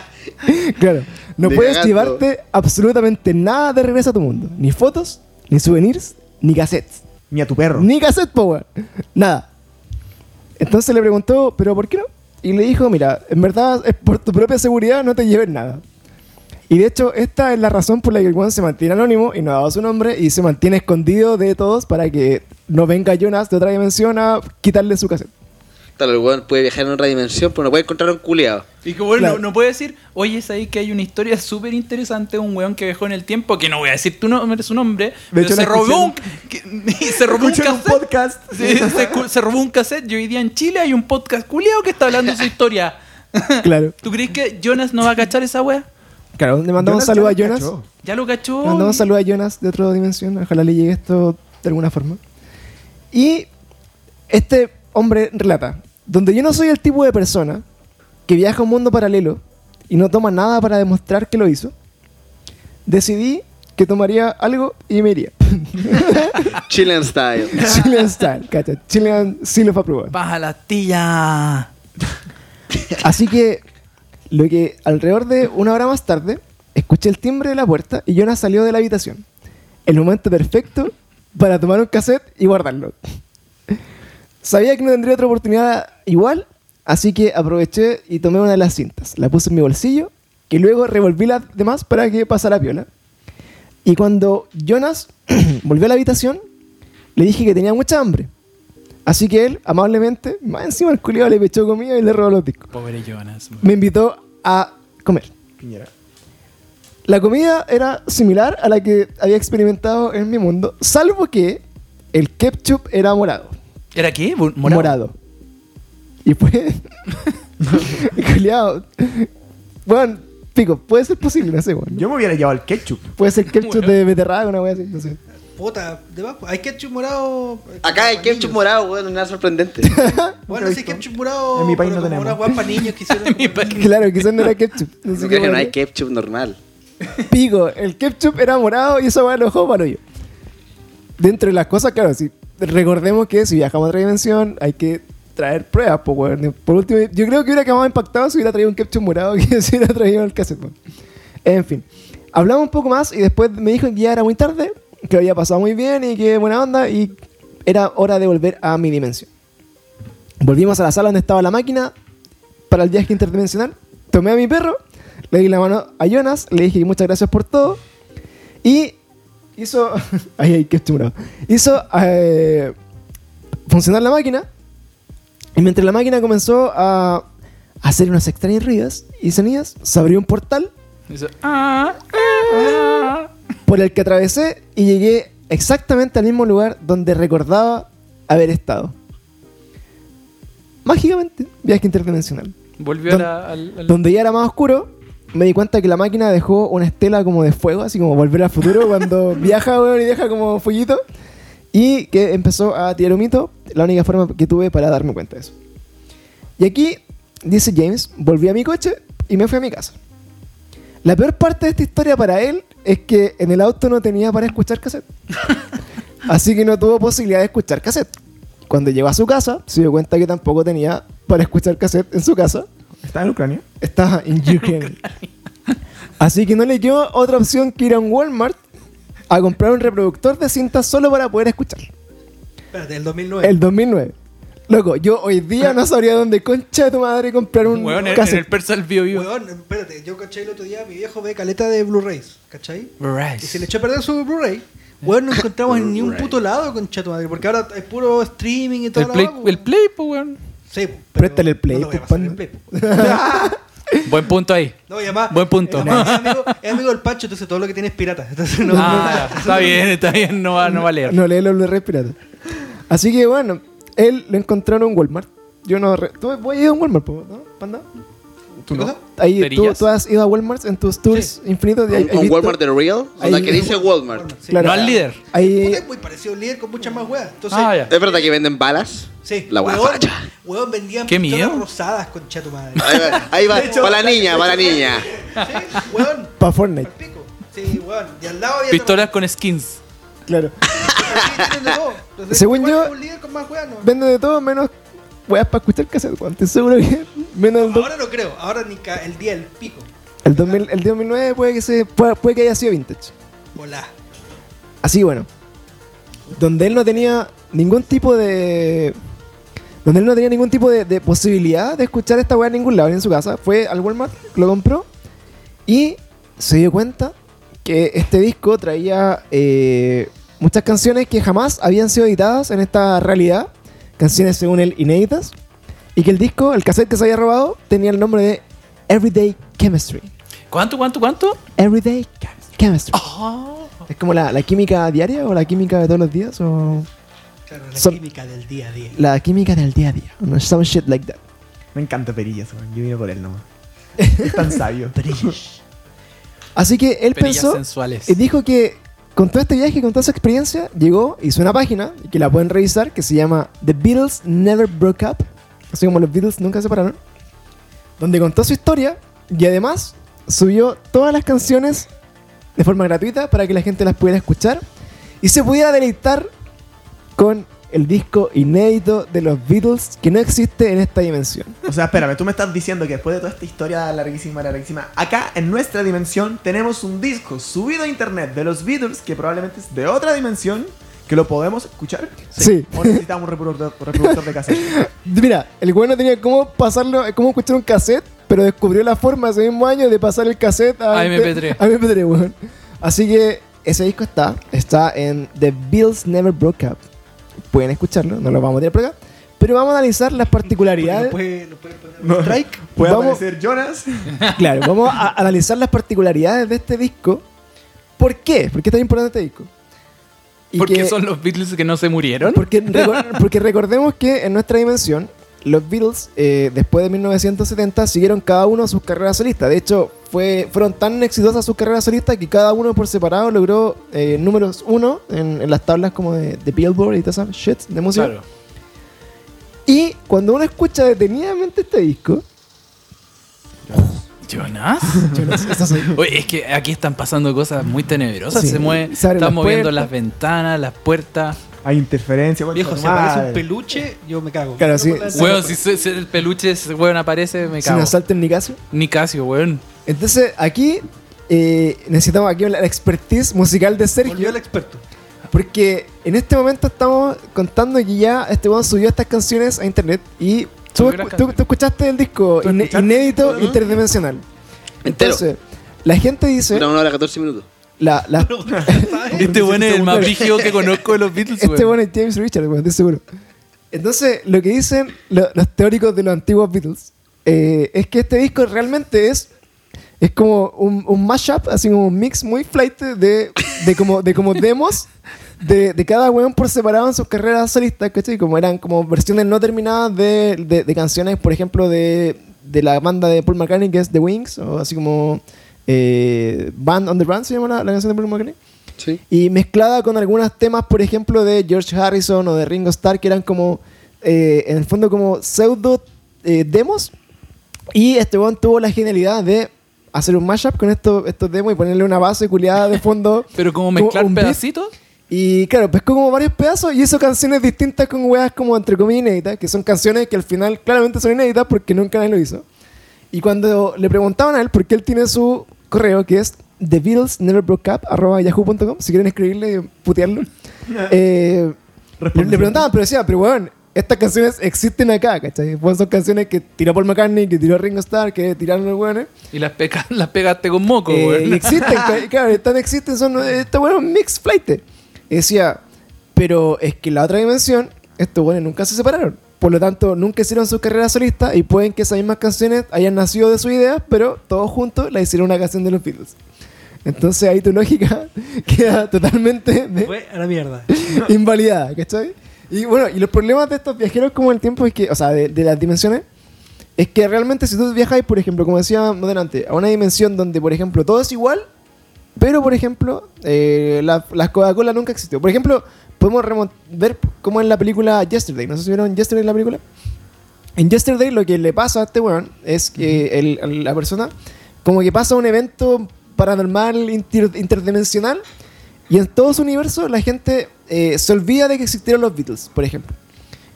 S1: claro, no
S5: De
S1: puedes
S5: gato.
S1: llevarte absolutamente nada de regreso a tu mundo. Ni fotos, ni souvenirs, ni cassettes.
S4: Ni a tu perro.
S1: Ni cassette, po, weón. Nada. Entonces le preguntó, ¿pero por qué no? Y le dijo, mira, en verdad es por tu propia seguridad, no te lleves nada. Y de hecho, esta es la razón por la que el Juan se mantiene anónimo y no ha dado su nombre y se mantiene escondido de todos para que no venga Jonas de otra dimensión a quitarle su cassette.
S5: Tal, el weón puede viajar en otra dimensión, pero no puede encontrar un culeado.
S3: Y que bueno,
S1: Claro.
S3: no puede decir, oye, es ahí que hay una historia súper interesante de un weón que viajó en el tiempo, que no voy a decir tu nombre, su nombre, pero
S4: hecho,
S3: se
S4: la
S3: robó, un, que- y se robó un
S4: Escuchen un
S3: cassette.
S4: podcast.
S3: Sí, se, cu- se robó un cassette y hoy día en Chile hay un podcast culiao que está hablando su historia.
S1: Claro.
S3: ¿Tú crees que Jonas no va a cachar esa wea?
S1: Claro, le mandamos un
S4: Jonas
S1: saludo a
S4: ya lo
S1: Jonas.
S4: cachó.
S3: Ya lo cachó.
S1: Le mandamos un saludo a Jonas de otra dimensión. Ojalá le llegue esto de alguna forma. Y este hombre relata, donde yo no soy el tipo de persona que viaja a un mundo paralelo y no toma nada para demostrar que lo hizo, decidí que tomaría algo y me iría.
S5: Chilean style.
S1: Chilean style, cacha. Chilean seal of approval.
S3: Baja la tía.
S1: Así que, lo que alrededor de una hora más tarde, escuché el timbre de la puerta y Jonas salió de la habitación. El momento perfecto para tomar un cassette y guardarlo. Sabía que no tendría otra oportunidad igual, así que aproveché y tomé una de las cintas. La puse en mi bolsillo y luego revolví las demás para que pasara piola. Y cuando Jonas volvió a la habitación, le dije que tenía mucha hambre. Así que él, amablemente, más encima el culiado le pechó comida y le robó los discos
S3: Pobre Jonas. weón.
S1: me invitó a comer.
S4: Piñera.
S1: La comida era similar a la que había experimentado en mi mundo, salvo que el ketchup era morado.
S3: ¿Era qué? Bu- Morado.
S1: Y fue. Culeado. Bueno, pico, puede ser posible, no sé, bueno.
S4: Yo me hubiera llevado el ketchup.
S1: Puede ser ketchup de beterraga, una wea así, no sé.
S2: Puta, de más, pues, Hay ketchup morado. eh,
S5: Acá el
S2: para
S5: ketchup
S2: niños.
S5: morado, weón, no es nada sorprendente.
S2: Bueno,
S4: Nunca
S2: sí,
S4: he visto.
S2: ketchup morado.
S4: En mi país no
S2: pero como
S4: tenemos.
S2: Una guapa niños que hicieron.
S3: mi
S2: como-
S3: país.
S1: Claro, quizás no era ketchup. No sé
S5: Yo creo que
S1: cómo
S5: no hay
S1: era.
S5: ketchup normal.
S1: Pico, el ketchup era morado y eso va enojó para yo. Dentro de las cosas, claro, si recordemos que si viajamos a otra dimensión hay que traer pruebas, po, weón. Por último, yo creo que hubiera quedado más impactado si hubiera traído un ketchup morado que si hubiera traído el cassette, weón. En fin, hablamos un poco más y después me dijo que ya era muy tarde, que lo había pasado muy bien y que buena onda y era hora de volver a mi dimensión. Volvimos a la sala donde estaba la máquina para el viaje interdimensional. Tomé a mi perro, le di la mano a Jonas, le dije muchas gracias por todo. Y hizo. ay, ay, qué estimulado. Hizo eh, funcionar la máquina. Y mientras la máquina comenzó a hacer unos extraños ruidos y sonidos, se abrió un portal
S3: Eso, ah, ah,
S1: por el que atravesé y llegué exactamente al mismo lugar donde recordaba haber estado. Mágicamente, viaje interdimensional.
S3: Volvió a
S1: Don-
S3: la, al, al-
S1: Donde ya era más oscuro, me di cuenta que la máquina dejó una estela como de fuego, así como volver al futuro cuando viaja, weón, y deja como fueguito. Y que empezó a tirar humito, la única forma que tuve para darme cuenta de eso. Y aquí, dice James, volví a mi coche y me fui a mi casa. La peor parte de esta historia para él es que en el auto no tenía para escuchar cassette. Así que no tuvo posibilidad de escuchar cassette. Cuando llegó a su casa, se dio cuenta que tampoco tenía para escuchar cassette en su casa.
S4: ¿Está en Ucrania?
S1: Está en Ukraine. Así que no le quedó otra opción que ir a un Walmart a comprar un reproductor de cintas solo para poder escuchar.
S2: Espérate, el 2009.
S1: El 2009. Loco, yo hoy día no sabría dónde concha de tu madre comprar un
S3: Weón, en, en el
S1: cassette.
S3: Persal Bio Bio.
S2: Weón, espérate, yo caché el otro día, mi viejo ve caleta de Blu-rays, ¿cachai?
S3: Right.
S2: Y se le echó a perder su Blu-ray. Weón, no encontramos en ni un puto lado con Chato Madre, porque ahora es puro streaming y todo.
S3: El play, el play, pues, weón.
S2: Sí, pero
S1: Préstale el Play,
S2: No, lo voy a
S1: pues,
S2: pasar el
S1: pan.
S2: Play, pues.
S3: Buen punto ahí.
S2: No, y además-
S3: Buen punto.
S2: además Es amigo, es amigo del Pancho, entonces todo lo que tiene es pirata. Entonces no.
S3: Ah, ya, está bien, está bien, no va, no va a leer.
S1: No lee los Blu-ray pirata. Así que bueno, él lo encontró en un Walmart. Yo no. re- ¿Tú voy a ir a un Walmart, po, ¿no? ¿Panda?
S4: ¿Tú no?
S1: Ahí, tú,
S3: Perillas.
S1: tú has ido a Walmart en tus tours infinitos. y hay- hay
S5: ¿Un, un
S1: visto-
S5: Walmart de Real? O sea,
S1: Ahí-
S5: que dice Walmart.
S2: Sí.
S1: Claro.
S3: No al líder.
S1: Ahí,
S2: Puta, es muy parecido al líder con muchas más weas. Entonces,
S3: Ah, ya.
S5: ¿Es verdad que venden balas?
S2: sí,
S5: La
S2: weón,
S5: weá facha.
S2: weón vendían
S3: Qué
S2: pistolas
S3: miedo.
S2: rosadas con Chato Madre.
S5: Ahí va, ahí va,
S2: De hecho,
S5: para la niña, para la niña.
S2: Sí, weón,
S1: para Fortnite,
S2: al pico. Sí, weón. Y al lado había
S3: Pistolas con skins.
S1: claro. Según
S2: Según
S1: yo-
S2: yo.
S1: Venden de todo menos weas para escuchar cassette, weón. Te seguro que menos el, do-
S2: Ahora no creo, ahora ni ca- el día del pico.
S1: el 2000 el 2009 puede que, se, puede, puede que haya sido vintage.
S2: Hola.
S1: Así bueno. Donde él no tenía ningún tipo de... Donde él no tenía ningún tipo de, de posibilidad de escuchar esta wea en ningún lado, ni en su casa. Fue al Walmart, lo compró y se dio cuenta que este disco traía eh, muchas canciones que jamás habían sido editadas en esta realidad. Canciones según él inéditas. Y que el disco, el cassette que se había robado, tenía el nombre de Everyday Chemistry.
S3: ¿Cuánto, cuánto, cuánto?
S1: Everyday Chem- Chemistry.
S3: Ah.
S1: ¿Es como la, la química diaria o la química de todos los días? O
S2: Claro, la
S1: Son-
S2: química del día a día.
S1: la química del día a día. No, some shit like that.
S4: Me encanta Perillas, weón. Yo vine por él nomás. Es tan sabio.
S1: Así que él
S3: Perillas
S1: pensó
S3: sensuales.
S1: y dijo que con todo este viaje, con toda esa experiencia, llegó, hizo una página que la pueden revisar que se llama The Beatles Never Broke Up. Así como los Beatles nunca se separaron. Donde contó su historia y además subió todas las canciones de forma gratuita para que la gente las pudiera escuchar y se pudiera deleitar con el disco inédito de los Beatles que no existe en esta dimensión.
S4: O sea, espérame, tú me estás diciendo que después de toda esta historia larguísima, larguísima, acá en nuestra dimensión tenemos un disco subido a internet de los Beatles que probablemente es de otra dimensión que lo podemos escuchar.
S1: Sí.
S4: O necesitamos un reproductor, reproductor de cassette.
S1: Mira, el güey no tenía cómo pasarlo, cómo escuchar un cassette, pero descubrió la forma ese mismo año de pasar el cassette a,
S3: A MP3.
S1: a MP3, weón. Así que ese disco está, está en The Bills Never Broke Up. Pueden escucharlo, no lo vamos a tirar por acá. Pero vamos a analizar las
S2: Porque
S1: particularidades.
S2: no puede, no puede poner
S4: No.
S2: strike.
S4: Puede
S1: Vamos-
S4: aparecer Jonas.
S1: Claro, vamos a analizar las particularidades de este disco. ¿Por qué? ¿Por qué es tan importante este disco? Y
S3: ¿Por qué
S1: que-
S3: son los Beatles que no se murieron?
S1: Porque, recor- porque recordemos que en nuestra dimensión, los Beatles, eh, después de 1970, siguieron cada uno sus carreras solistas. De hecho, fue, fueron tan exitosas sus carreras solistas que cada uno por separado logró eh, números uno en, en las tablas como de, de Billboard y todas esas shit de música.
S3: Claro.
S1: Y cuando uno escucha detenidamente este disco,
S3: ¿Jonas?
S1: Jonas, estás ahí.
S3: Oye, es que aquí están pasando cosas muy tenebrosas.
S1: Sí.
S3: Se mueve,
S1: Se abren
S3: están
S1: las
S3: moviendo
S1: puertas.
S3: las ventanas, las puertas.
S4: Hay interferencia. concha
S2: Viejo,
S4: tu
S2: si aparece
S4: madre.
S2: un peluche, yo me cago.
S1: Claro, sí.
S2: Puta,
S1: Se
S3: Weón,
S1: nota.
S3: si, se- se- el peluche ese weón aparece, me
S1: sin
S3: cago.
S1: asalto en Nicasio.
S3: Ni Casio, weón.
S1: Entonces aquí eh, necesitamos aquí la expertise musical de
S2: Volvió
S1: Sergio.
S2: el experto.
S1: Porque en este momento estamos contando que ya este weón subió estas canciones a internet y tú,
S3: Subió las
S1: tú- tú escuchaste el disco
S4: ¿Tú
S1: iné-
S4: escuchaste?
S1: inédito
S5: Ujú.
S1: interdimensional.
S5: Entero.
S1: Entonces, la gente dice,
S5: Dura una hora 14 minutos.
S1: la, la-
S3: Este weón es el más
S1: Claro.
S3: brígido que conozco de los Beatles,
S1: este
S3: weón.
S1: bueno es James Richard, weón, estoy seguro. Entonces, lo que dicen lo- los teóricos de los antiguos Beatles eh, es que este disco realmente es es como un, un mashup, así como un mix muy flight de, de como de como demos de, de cada weón por separado en sus carreras solistas, ¿cachai? Como eran como versiones no terminadas de, de- de canciones, por ejemplo, de, de la banda de Paul McCartney que es The Wings, o así como eh, Band on the Run se llama la- la canción de Paul McCartney.
S5: Sí.
S1: Y mezclada con algunos temas, por ejemplo, de George Harrison o de Ringo Starr, que eran como, eh, en el fondo, como pseudo eh, demos. Y este weón tuvo la genialidad de hacer un mashup con estos estos demos y ponerle una base culiada de fondo.
S3: Pero como mezclar
S1: un beat.
S3: pedacitos.
S1: Y claro, pescó como varios pedazos y hizo canciones distintas con weas como entre comillas inéditas, que son canciones que al final claramente son inéditas porque nunca nadie lo hizo. Y cuando le preguntaban a él, porque él tiene su correo que es The Beatles Never Broke Up, arroba yahoo.com, si quieren escribirle y putearlo. eh, le,
S4: Responde.
S1: le preguntaban, pero decía, pero weón, estas canciones existen acá, ¿cachai? Pues son canciones que tiró Paul McCartney, que tiró Ringo Starr, que tiraron los weones.
S3: Y las, peca- las pegaste con moco,
S1: Eh,
S3: weón.
S1: y existen, ca- claro, están existen, son eh, estos buenos mix flight. Y decía, pero es que en la otra dimensión, estos buenos nunca se separaron. Por lo tanto, nunca hicieron sus carreras solistas y pueden que esas mismas canciones hayan nacido de sus ideas, pero todos juntos la hicieron una canción de los Beatles. Entonces ahí tu lógica queda totalmente de-
S2: Fue a la mierda.
S1: invalidada, ¿cachai? Y bueno, y los problemas de estos viajeros como el tiempo es que, o sea, de, de las dimensiones, es que realmente si tú viajáis, por ejemplo, como decíamos delante, a una dimensión donde, por ejemplo, todo es igual, pero, por ejemplo, eh, la, la Coca-Cola nunca existió. Por ejemplo, podemos remon- ver cómo en la película Yesterday, no sé si vieron Yesterday la película. En Yesterday lo que le pasa a este weón es que el- a la persona como que pasa un evento paranormal inter- interdimensional y en todo su universo la gente eh, se olvida de que existieron los Beatles, por ejemplo.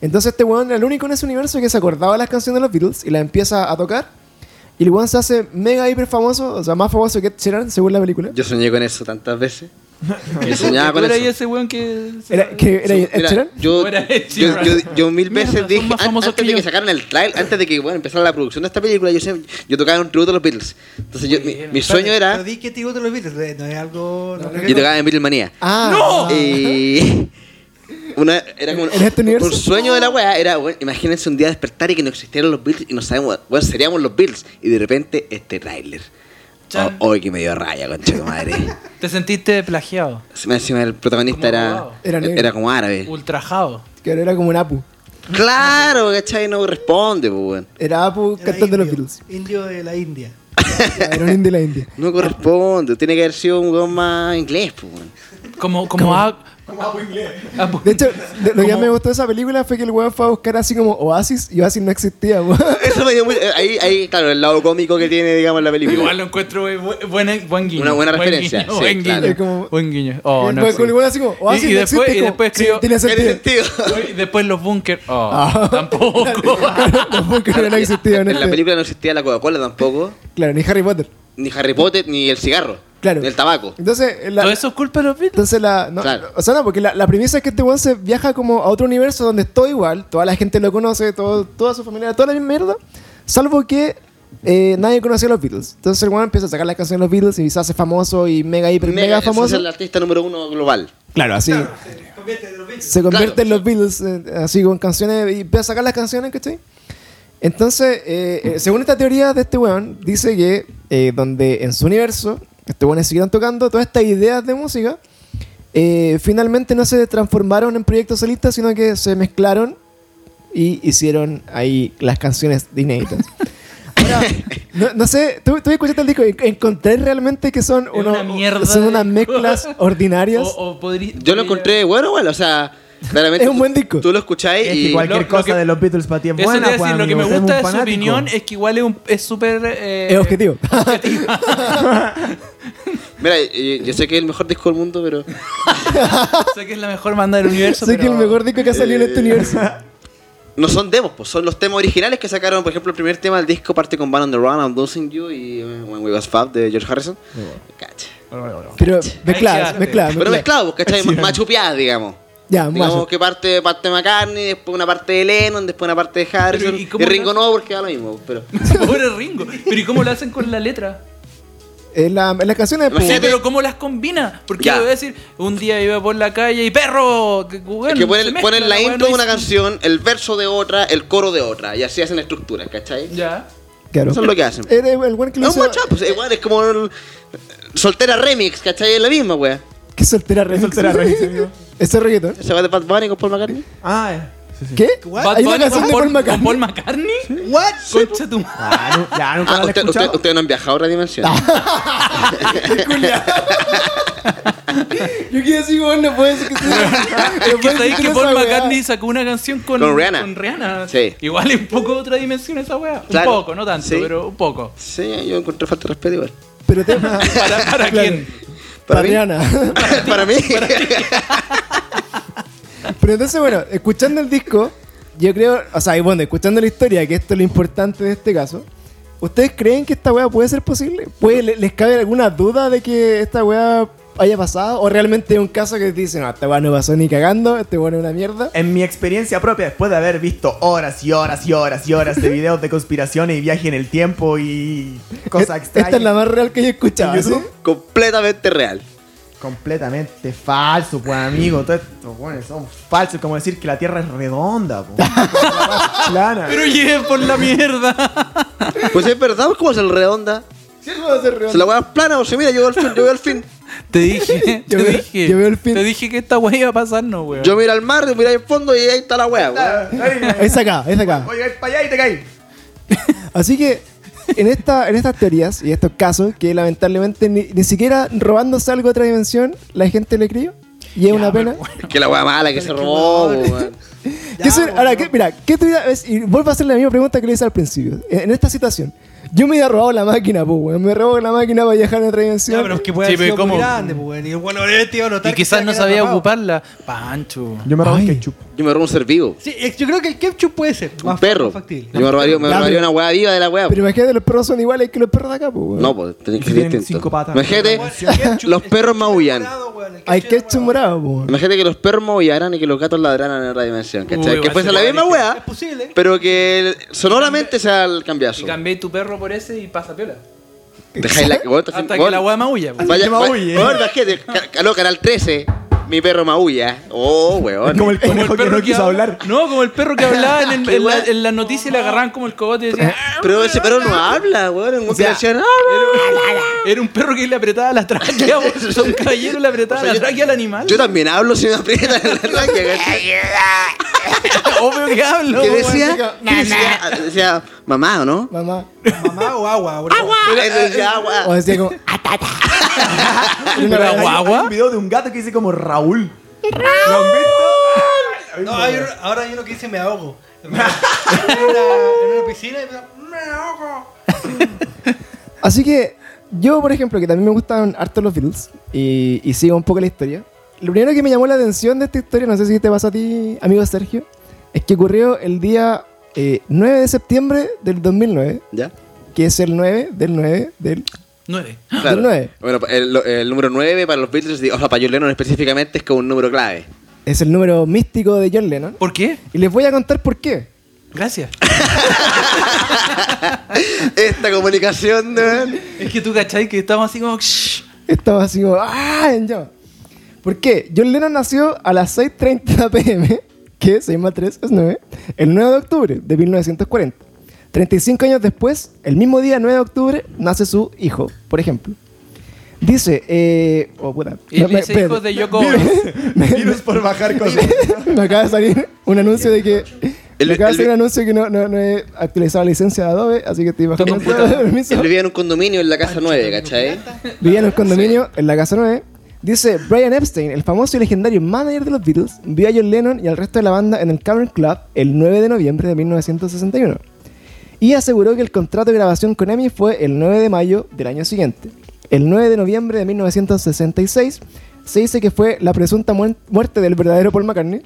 S1: Entonces este weón era el único en ese universo que se acordaba las canciones de los Beatles y las empieza a tocar. Y el weón se hace mega hiper famoso, o sea, más famoso que Ed Sheeran, según la película.
S5: Yo soñé con eso tantas veces. Yo
S3: ¿Tú
S5: soñaba con
S3: eras
S5: eso.
S3: ese weón que...
S1: Era, que era
S5: Sí,
S1: Ed
S5: mira,
S1: Sheeran.
S5: yo,
S3: Fuera Ed
S5: yo,
S3: Sheeran.
S5: yo- yo mil
S3: Mierda,
S5: veces
S3: son
S5: dije,
S3: más
S5: an-
S3: famosos
S5: antes
S3: que
S5: de que
S3: yo.
S5: sacaran el trailer, antes de que bueno, empezara la producción de esta película, yo, siempre- yo tocaba un tributo a los Beatles. Entonces yo- mi,
S3: Bueno,
S5: mi sueño
S1: ¿Ah?
S2: Pero
S5: era,
S2: di que tributo los Beatles. eh, No es algo. no, no,
S5: yo tocaba en Beatlemania.
S1: Ah,
S3: ¡No!
S5: Y una, era como
S1: ¿En este universo?
S5: un sueño de la weá, era, bueno, imagínense un día despertar y que no existieran los Beatles y no sabemos, bueno, seríamos los Beatles. Y de repente este trailer.
S3: Chan.
S5: Oh, Hoy que me dio raya, concha de madre.
S3: Te sentiste plagiado,
S5: Encima- Encima el protagonista
S3: Como
S5: era,
S3: abogado.
S1: Era negro.
S5: era como árabe.
S3: ultrajado.
S1: que era como un Apu.
S5: Claro, ¿cachai? No responde, pues, weón.
S1: Era Apu
S2: era
S1: cantando los
S2: indio,
S1: Beatles.
S2: Indio de la India.
S1: Era un indie de la India.
S5: No corresponde, tiene que haber sido un weón más inglés, pues, weón.
S3: Como, como, a- Ah, pues.
S1: De hecho, de- lo que más
S3: Como-
S1: me gustó de esa película fue que el weón fue a buscar así como Oasis y Oasis no existía, weón.
S5: Eso me dio muy- eh, Ahí, ahí, claro, el lado cómico que tiene, digamos, la película.
S3: Igual lo encuentro eh, bu- buena, buen guiño.
S5: Una buena
S3: buen
S5: referencia,
S3: guiño,
S5: sí,
S3: buen
S5: claro.
S3: guiño.
S1: Es como-
S3: Buen guiño. Oh,
S1: Y fue con
S3: no
S1: el
S3: existe.
S1: weón así como Oasis
S3: Y- y
S1: no
S3: después-
S1: existe",
S3: y
S1: como,
S3: después
S1: "Sí,
S3: escribió-
S1: tiene
S5: Tiene
S1: sentido.
S5: sentido.
S3: Uy, Después los bunkers. Oh,
S1: Ah.
S3: tampoco.
S1: Tampoco no existía, este.
S5: En la
S1: honestamente.
S5: película no existía la Coca-Cola tampoco,
S1: Claro, ni Harry Potter.
S5: ni Harry Potter, ni el cigarro,
S1: Claro.
S5: ni el tabaco.
S1: Entonces, en la-
S3: Oh. Todo eso es culpa de los Beatles.
S1: Entonces la... no,
S5: Claro.
S1: O sea, no, porque la, la premisa es que este weón se viaja como a otro universo donde es todo igual, toda la gente lo conoce, todo, toda su familia, toda la misma mierda, salvo que eh, nadie conocía a los Beatles. Entonces el weón empieza a sacar las canciones de los Beatles y se hace famoso y mega, hiper, mega,
S5: ese
S1: famoso.
S5: Es el artista número uno global.
S1: Claro, así.
S2: Convierte de los Beatles.
S1: se convierte
S5: Claro.
S1: en los Beatles, eh, así con canciones, y empieza a sacar las canciones, ¿cachai? Entonces, eh, eh, según esta teoría de este weón, dice que eh, donde en su universo, este weones siguieron tocando todas estas ideas de música, eh, finalmente no se transformaron en proyectos solistas, sino que se mezclaron y hicieron ahí las canciones de inéditas. Ahora, No, no sé, tú, tú escuchaste el disco y encontré realmente que son, unos-
S3: una mierda
S1: son
S3: de
S1: unas
S3: disco.
S1: mezclas ordinarias.
S3: O- o podrí-
S5: Yo
S3: podría-
S5: lo encontré bueno, bueno, o sea, claramente.
S1: Es un
S5: tú-
S1: buen disco.
S5: Tú lo escucháis
S4: Es que "Este,
S5: y.
S4: cualquier
S3: lo- lo
S4: cosa
S3: que-
S4: de los Beatles para ti es
S3: Eso
S4: buena,
S3: te iba a
S4: pues,
S3: decir, lo que
S4: amigo, usted
S3: me
S4: es
S3: gusta
S4: un
S3: de su
S4: fanático.
S3: opinión es que igual es un- es súper... eh,
S1: es objetivo.
S5: Mira, y- yo sé que es el mejor disco del mundo, pero.
S3: sé que es la mejor banda del universo,
S1: sé que el
S3: pero-
S1: mejor disco que ha salido en este universo.
S5: No son demos, pues son los temas originales que sacaron. Por ejemplo, el primer tema del disco parte con Band on the Run, I'm Losing You y eh, When We Was Fab de George Harrison. Cacha.
S1: Pero
S3: Hay
S1: mezcladas,
S3: que-
S1: mezcladas.
S5: Pero
S1: mezcladas.
S5: mezclado, pues, ¿cachai? Más chupiada, digamos.
S1: Ya,
S5: Digamos
S1: macho.
S5: que parte, parte de McCartney, después una parte de Lennon, después una parte de Harrison.
S3: ¿y
S5: Y,
S3: cómo
S5: Ringo
S3: lo-
S5: no, porque da lo mismo. Pero.
S3: Pobre Ringo. Pero ¿y cómo lo hacen con la letra?
S1: En la- en las canciones
S5: Imagínate-
S1: pues,
S3: Pero ¿cómo las combina? Porque
S5: Ya.
S3: yo voy a decir, un día iba por la calle y perro. Que, weón,
S5: Es que
S3: se
S5: ponen,
S3: mezcla
S5: ponen la
S3: weá,
S5: intro de
S3: no
S5: una
S3: hay-
S5: canción, el verso de otra, el coro de otra, y así hacen estructuras, ¿cachai?
S3: Ya.
S1: claro.
S5: Eso es lo que hacen.
S1: Era el buen que lo
S5: No,
S1: hizo-
S5: macho, pues igual es como el- soltera remix, ¿cachai? Es la misma, wea.
S1: ¿Qué soltera remix?
S4: soltera remix, amigo.
S1: Ese es reggaetón.
S5: Se va de Bad Bunny con Paul McCartney.
S4: Ah, eh, sí, sí.
S1: ¿Qué?
S2: What?
S3: Bad
S1: Ah, Hay una
S3: Bunny
S1: canción
S3: con
S1: de Paul
S3: con
S1: McCartney.
S3: Paul McCartney.
S2: ¿What?
S3: Concha tu madre.
S4: Ah, nu- ya, nunca
S5: Ah,
S4: lo he
S5: usted- usted-
S4: escuchado.
S5: ustedes no han viajado a otra dimensión.
S1: Yo quedé así, weón, no puede ser que sea.
S3: Es que sabéis que Paul McCartney
S1: McCartney
S3: sacó una canción con,
S5: Con Rihanna.
S3: con Rihanna.
S5: Sí.
S3: Igual es un poco otra dimensión esa weá.
S5: Claro.
S3: Un poco, no tanto,
S5: Sí.
S3: pero un poco.
S5: Sí, yo encontré falta de respeto igual.
S1: Pero te. ¿Para,
S3: ¿Para, para quién?
S5: Para
S1: Para
S5: mí.
S1: Rihanna.
S5: Para mí.
S1: Pero entonces, bueno, escuchando el disco, yo creo, o sea, y bueno, escuchando la historia, que esto es lo importante de este caso, ¿ustedes creen que esta weá puede ser posible? ¿Puede, le- ¿Les cabe alguna duda de que esta weá haya pasado? ¿O realmente es un caso que dicen, no, esta weá no pasó ni cagando, este weá es una mierda?
S4: En mi experiencia propia, después de haber visto horas y horas y horas y horas de videos de conspiraciones y viaje en el tiempo y
S1: E-
S4: cosas extrañas.
S1: Esta es la más real que yo he escuchado.
S4: ¿En YouTube?
S1: ¿sí?
S5: Completamente real.
S4: Completamente falso, pues amigo. Todos estos weones son falsos. Es como decir que la Tierra es redonda, pues.
S1: Ah.
S4: plana.
S3: Pero llegué por la mierda.
S5: Pues es verdad, pues cómo se le redonda. Se la weá plana, o se mira, yo veo al fin, yo veo al fin.
S3: Te dije, te
S1: Yo veo-
S3: dije.
S1: yo veo el fin.
S3: Te dije que esta weá iba a pasarnos, weón.
S5: Yo miro al mar, yo miro al fondo y ahí está la weá, weá.
S1: Es acá, es acá.
S4: Voy a ir para allá y te caí.
S1: Así que en, esta, en estas teorías y estos casos, que lamentablemente ni, ni siquiera robándose algo de otra dimensión, la gente le creyó. Y es una pena.
S5: Es que la weá mala que se robó, weón.
S1: Yo soy- ahora, ¿qué- mira, ¿qué te hubiera- es- Y vuelvo a hacer la misma pregunta que le hice al principio. En, en esta situación, yo me hubiera robado la máquina, pues, weón. Me robó la máquina para viajar a otra dimensión.
S2: Ya, pero es que puede
S3: Sí,
S2: haber
S3: pero
S2: sido muy
S3: ¿cómo?
S2: grande, pues, weón. Y el bueno, obviamente iba a notar
S3: Y
S2: que
S3: quizás
S2: se
S3: no
S2: había
S3: sabía
S2: atrapado.
S3: ocuparla. Pancho.
S4: Yo me robé
S1: Ay.
S4: el ketchup.
S5: Yo me robo un ser vivo.
S2: Sí, eh, yo creo que el ketchup puede ser.
S5: Un
S2: más
S5: perro.
S2: factible.
S5: Yo me robaría, me
S1: Ya,
S5: robaría
S1: pero-
S5: una weá viva de la weá.
S1: Pero imagínate, los perros son iguales que los perros de acá, pues, weón.
S5: No, pues tenés que
S4: Si
S5: ser
S4: tienen cinco
S5: distinto.
S4: patas.
S5: Imagínate,
S2: Bueno, el ketchup-
S5: los
S2: el
S5: perros
S2: ketchup
S5: maullan.
S2: morado, weón, el
S1: Hay
S2: ketchup
S1: que estar
S2: morado.
S1: morado, pues, weón.
S5: Imagínate que los perros maullaran y que los gatos ladraran en otra dimensión,
S3: Uy,
S5: ¿cachai? que
S3: weón,
S5: fuese
S3: se
S5: la
S3: te
S5: misma
S3: va a
S5: weá,
S2: Es posible.
S5: pero que el- sonoramente sea el
S3: Y
S5: cambiazo.
S3: cambié tu perro por ese y pasa piola.
S5: Dejáis la weón, está
S3: Hasta
S5: sin-
S3: que la
S5: weón,
S3: weá maulla. weón.
S5: Vaya,
S4: Que maulle.
S5: vaya- weón, imagínate, ca- aló, canal 13, mi perro maulla. Oh, weón.
S4: Como el conejo que no quiso
S3: habla-
S4: hablar.
S3: No, como el perro que hablaba en, el-
S5: Qué
S3: en la,
S5: weá.
S3: en la noticia y le agarraban como el cogote y decían. "Ah".
S5: Pero ese perro no habla, weón. Un
S1: sea,
S5: decían, "Ah,
S3: Era un perro que le apretaba la tráquea, weón. Son caballeros le apretaba
S5: O sea,
S3: la
S5: yo-
S3: tráquea al animal.
S5: Yo también hablo si me aprietan la tráquea, ¿cachai?
S3: Obvio que hablo.
S5: Que
S3: weón.
S5: decía, que decía, decía, mamá, ¿o no?
S1: Mamá.
S2: Mamá o agua, bro. Agua.
S5: Él
S3: eh,
S5: decía, "Agua".
S1: O decía como. "Atata". Una
S3: Pero
S1: vez-
S4: Hay-
S3: guagua?
S4: Hay un video de un gato que dice como Raúl. ¿Lo han visto?
S2: No, hay uno- ahora hay uno que dice me ahogo. En una, en una piscina y me- me ahogo.
S1: Así que yo, por ejemplo, que también me gustan harto los Beatles y, y sigo un poco la historia, lo primero que me llamó la atención de esta historia, no sé si te pasa a ti, amigo Sergio, es que ocurrió el día eh, 9 de septiembre del 2009,
S5: ¿Ya?
S1: que es el 9 del 9 del...
S3: Nueve.
S5: Claro.
S1: nueve.
S5: Bueno, el, el número 9 para los Beatles, o sea, para John Lennon específicamente, es como un número clave.
S1: Es el número místico de John Lennon.
S3: ¿Por qué?
S1: Y les voy a contar por qué.
S3: Gracias.
S5: Esta comunicación, ¿no?
S3: Es que tú cachai que estamos así como. "Shh".
S1: Estaba así como... ¡Ah! en llama. ¿Por qué? John Lennon nació a las 6.30 pm, que 6 más 3 es 9, el 9 de octubre de 1940. 35 años después, el mismo día 9 de octubre, nace su hijo, por ejemplo. Dice, eh... Oh, puta.
S3: Y
S1: Me-
S3: le
S1: me-
S3: hice hijos
S1: espérate.
S3: de Yoko Ono.
S4: Virus por bajar cosas.
S1: Me acaba de salir un anuncio de que
S5: El-
S1: Le acaba de
S5: el-
S1: hacer un anuncio que no, no, no he actualizado la licencia de Adobe, así que te imaginas.
S5: Él
S1: Permiso.
S5: vivía en un condominio en la casa 9, ¿cachai?
S1: Vivía en un condominio en la casa 9. Dice Brian Epstein, el famoso y legendario manager de los Beatles, vio a John Lennon y al resto de la banda en el Cavern Club el 9 de noviembre de 1961 y aseguró que el contrato de grabación con EMI fue el 9 de mayo del año siguiente. El 9 de noviembre de 1966 se dice que fue la presunta muer- muerte del verdadero Paul McCartney.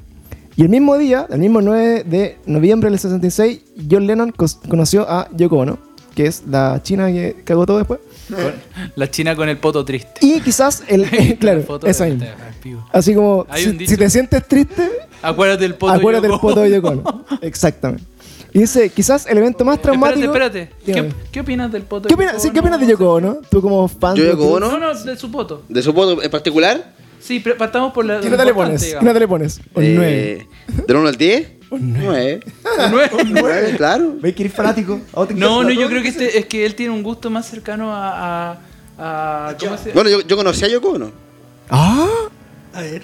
S1: Y el mismo día, el mismo 9 de noviembre del 66, John Lennon cos- conoció a Yoko Ono, que es la china que cagó todo después.
S3: La china con el poto triste.
S1: Y quizás el... claro,
S3: La foto
S1: eso
S3: de-
S1: mismo.
S3: de- pivo.
S1: Así como,
S3: Hay un
S1: si,
S3: dicho.
S1: si te sientes triste,
S3: Acuérdate del poto.
S1: acuérdate del
S3: Yoko.
S1: foto de Yoko Ono. Exactamente. Y dice, quizás el evento más traumático...
S3: Espérate, espérate.
S1: Dígame.
S3: ¿Qué, qué opinas del poto?
S1: ¿Qué
S3: de
S1: opinas,
S3: Yoko
S1: sí, ¿qué
S3: Ono?
S1: opinas de Yoko Ono? Tú como fan
S5: Yo
S1: de
S5: Yoko Ono.
S3: No, no, de su poto.
S5: ¿De su foto en particular?
S3: Sí, pero partamos por la.
S1: ¿Qué nota le pones? ¿Qué nota le pones? Un 9.
S5: Eh, ¿Del 1 al 10? Un 9. Un 9, claro.
S4: ¿Veis que eres fanático? Ahora te
S3: No,
S4: encantan
S3: no,
S4: las
S3: yo
S4: drogas.
S3: creo que este, es que él tiene un gusto más cercano a. a, a- ¿Cómo se
S5: Bueno, yo, yo conocí a Yoko Ono
S1: ¿Ah?
S2: A ver.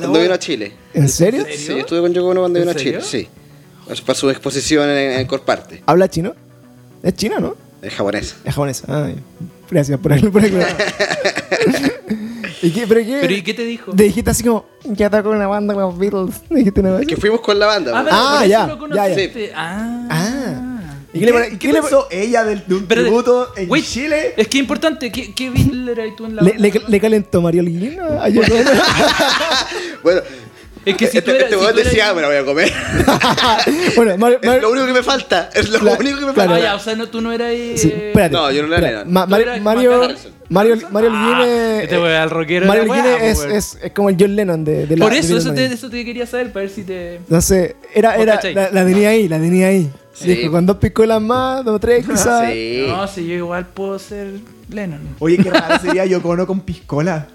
S5: cuando vino
S2: abogado.
S5: a Chile.
S1: ¿En serio?
S3: serio?
S5: Sí, estuve con Yoko Ono cuando
S3: ¿En
S5: vino a
S3: serio?
S5: Chile, sí. Para su exposición en, en Corparte,
S1: ¿Habla chino? Es china, ¿no?
S5: en japonés.
S1: Es japonesa. Ah, ya. gracias por el por el- ¿Y qué? ¿Pero qué?
S3: ¿Pero y qué te dijo?
S1: Te dijiste así como, ya toco una banda con los Beatles. ¿Te dijiste una vez?
S5: Que fuimos con la banda.
S3: Ah,
S5: pues.
S3: pero
S1: Ah,
S3: por eso
S1: ya,
S3: lo
S1: ya, ya.
S3: conociste. Ah.
S1: Ah. ¿Y qué,
S4: ¿Qué,
S1: le pare-
S4: ¿qué,
S1: qué le,
S4: pensó ella del, de un
S3: Espérate.
S4: tributo en
S3: Wait,
S4: Chile?
S3: Es que es importante. ¿Qué, qué Beatle eras tú en la
S1: le,
S3: banda?
S1: le, le calentó Mario Ah, Lino a Yoko Ono?
S5: Bueno,
S3: Es que si tú
S5: este,
S3: eras.
S5: este
S3: si
S5: weón
S3: tú eras-
S5: decía, bueno, voy a comer.
S1: bueno, Mario...
S5: es lo único que me falta. Es lo
S1: Claro,
S5: único que me
S1: claro.
S5: falta.
S3: Ah, ya, o sea, no, tú no eras. eh,
S1: Sí, espérate.
S5: No, yo no era
S1: Espera,
S5: Lennon.
S1: Ma-
S3: Tú
S1: Mario...
S3: eras
S1: Mario...
S3: Harrison.
S1: Mario, Mario Lin es-
S3: este weón, el rockero
S1: Mario
S3: de la
S1: Lin
S3: weá,
S1: es,
S3: weón.
S1: es, es como el John Lennon de, de la
S3: Por
S1: de
S3: eso,
S1: Beatles
S3: eso te,
S1: Mania.
S3: eso te quería saber, para ver si te.
S1: Entonces, era,
S3: ¿Vos
S1: era,
S3: cachai?
S1: la, la tenía ahí, la tenía ahí.
S5: Sí.
S1: Dijo, con dos picolas más, dos tres quizás.
S5: Sí.
S3: No, si yo igual puedo ser Lennon.
S4: Oye, qué raro sería Yoko Ono con piscola.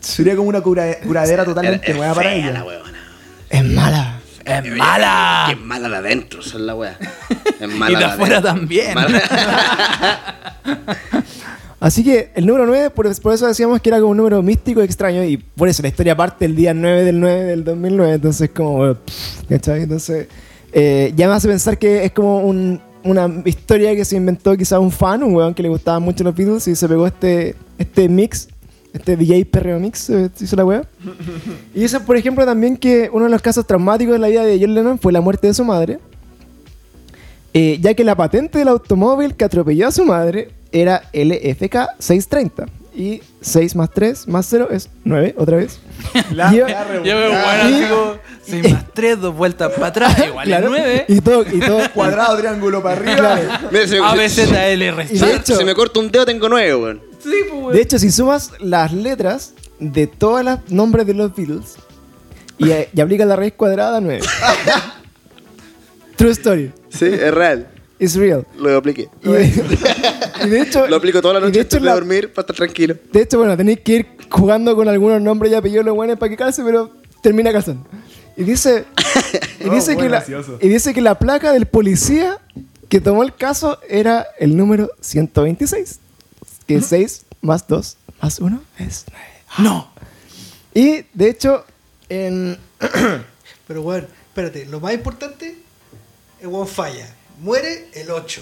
S4: Sería como una cura- curadera totalmente
S5: Es
S4: nueva para
S5: fea
S4: ella.
S5: la weona.
S1: Es mala.
S3: ¡Es mala!
S5: Qué mala de adentro, esa es la wea. Es
S3: Y
S5: mala
S3: de afuera también.
S1: Así que el número 9, por, por eso decíamos que era como un número místico y extraño. Y por eso la historia parte el día 9 del 9 del 2009. Entonces, como. pff, ¿Cachai? Entonces, eh, ya me hace pensar que es como un- una historia que se inventó quizás un fan, un weón que le gustaban mucho los Beatles. Y se pegó este, este mix, este DJ perreo mix, eh, se hizo la wea. Y eso, por ejemplo, también que uno de los casos traumáticos de la vida de John Lennon fue la muerte de su madre. Eh, ya que la patente del automóvil que atropelló a su madre era LFK 630. Y 6 más 3 más 0 es 9, otra vez.
S4: La,
S1: Yo-
S4: la
S3: Yo
S4: re-
S3: me
S4: la-
S1: Y-
S3: digo, 6 más 3, dos vueltas para atrás, igual es
S1: Claro.
S3: 9.
S1: Y todo, y todo
S4: Cuadrado, triángulo para arriba.
S1: Claro.
S5: Mira, se me,
S3: A, B,
S5: se,
S3: Z, L,
S1: Y
S3: resta.
S1: de hecho,
S5: se me corta un dedo, tengo nueve, weón.
S3: Sí, pues, weón.
S1: de hecho, si sumas las letras de todos los nombres de los Beatles y, eh, y aplicas la raíz cuadrada, 9. True story.
S5: Sí, es real.
S1: It's real.
S5: Lo apliqué.
S1: Y de, y de hecho,
S5: Lo aplico toda la
S1: y
S5: noche
S1: De hecho,
S5: antes de
S1: la-
S5: dormir para estar tranquilo.
S1: De hecho, bueno, tenéis que ir jugando con algunos nombres y apellidos los buenos para que calce, pero termina calzando. Y dice, y,
S4: Oh,
S1: dice
S4: buen
S1: que la,
S4: gracioso.
S1: y dice que la placa del policía que tomó el caso era el número 126. Que 6 más 2 más 1 es 9.
S3: No.
S1: Y de hecho, en...
S2: Pero bueno, espérate, lo más importante, el weón falla. Muere el 8.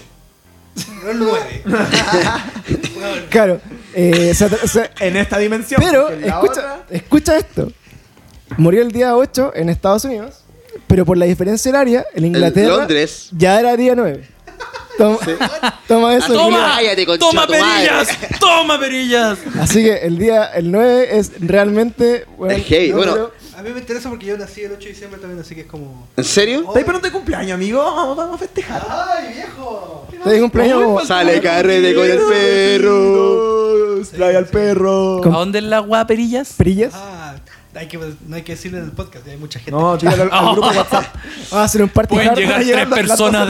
S2: No el 9.
S1: claro, eh, se atra- se-
S4: En esta dimensión.
S1: Pero,
S4: porque en la
S1: escucha,
S4: otra-
S1: escucha esto. Murió el día 8 en Estados Unidos, pero por la diferencia horaria, en Inglaterra
S5: Londres.
S1: ya era día 9. Toma, toma eso.
S3: ¡Toma!
S5: Cállate, concha
S3: ¡Toma
S5: tu madre.
S3: perillas! ¡Toma perillas!
S1: Así que el día el 9 es realmente... bueno,
S5: Es heavy,
S1: no,
S5: bueno.
S1: pero-
S2: A mí me interesa porque yo nací el 8 de diciembre también, así que es como.
S5: ¿En serio?
S4: ¿Estáis pronto de cumpleaños, amigo? Vamos, vamos a festejar.
S2: ¡Ay, viejo!
S1: te digo un premio como-
S5: Sale carrete con el perro.
S4: Playa al perro.
S3: ¿A dónde es la agua perillas?
S1: perillas.
S2: Ah, hay que, no hay que decirlo en el podcast, hay mucha gente.
S4: No, tíralo al, al grupo de WhatsApp.
S1: Vamos a hacer un party
S3: Pueden
S1: hard
S3: llegar
S1: para
S3: tres
S1: llegar a las 12
S3: personas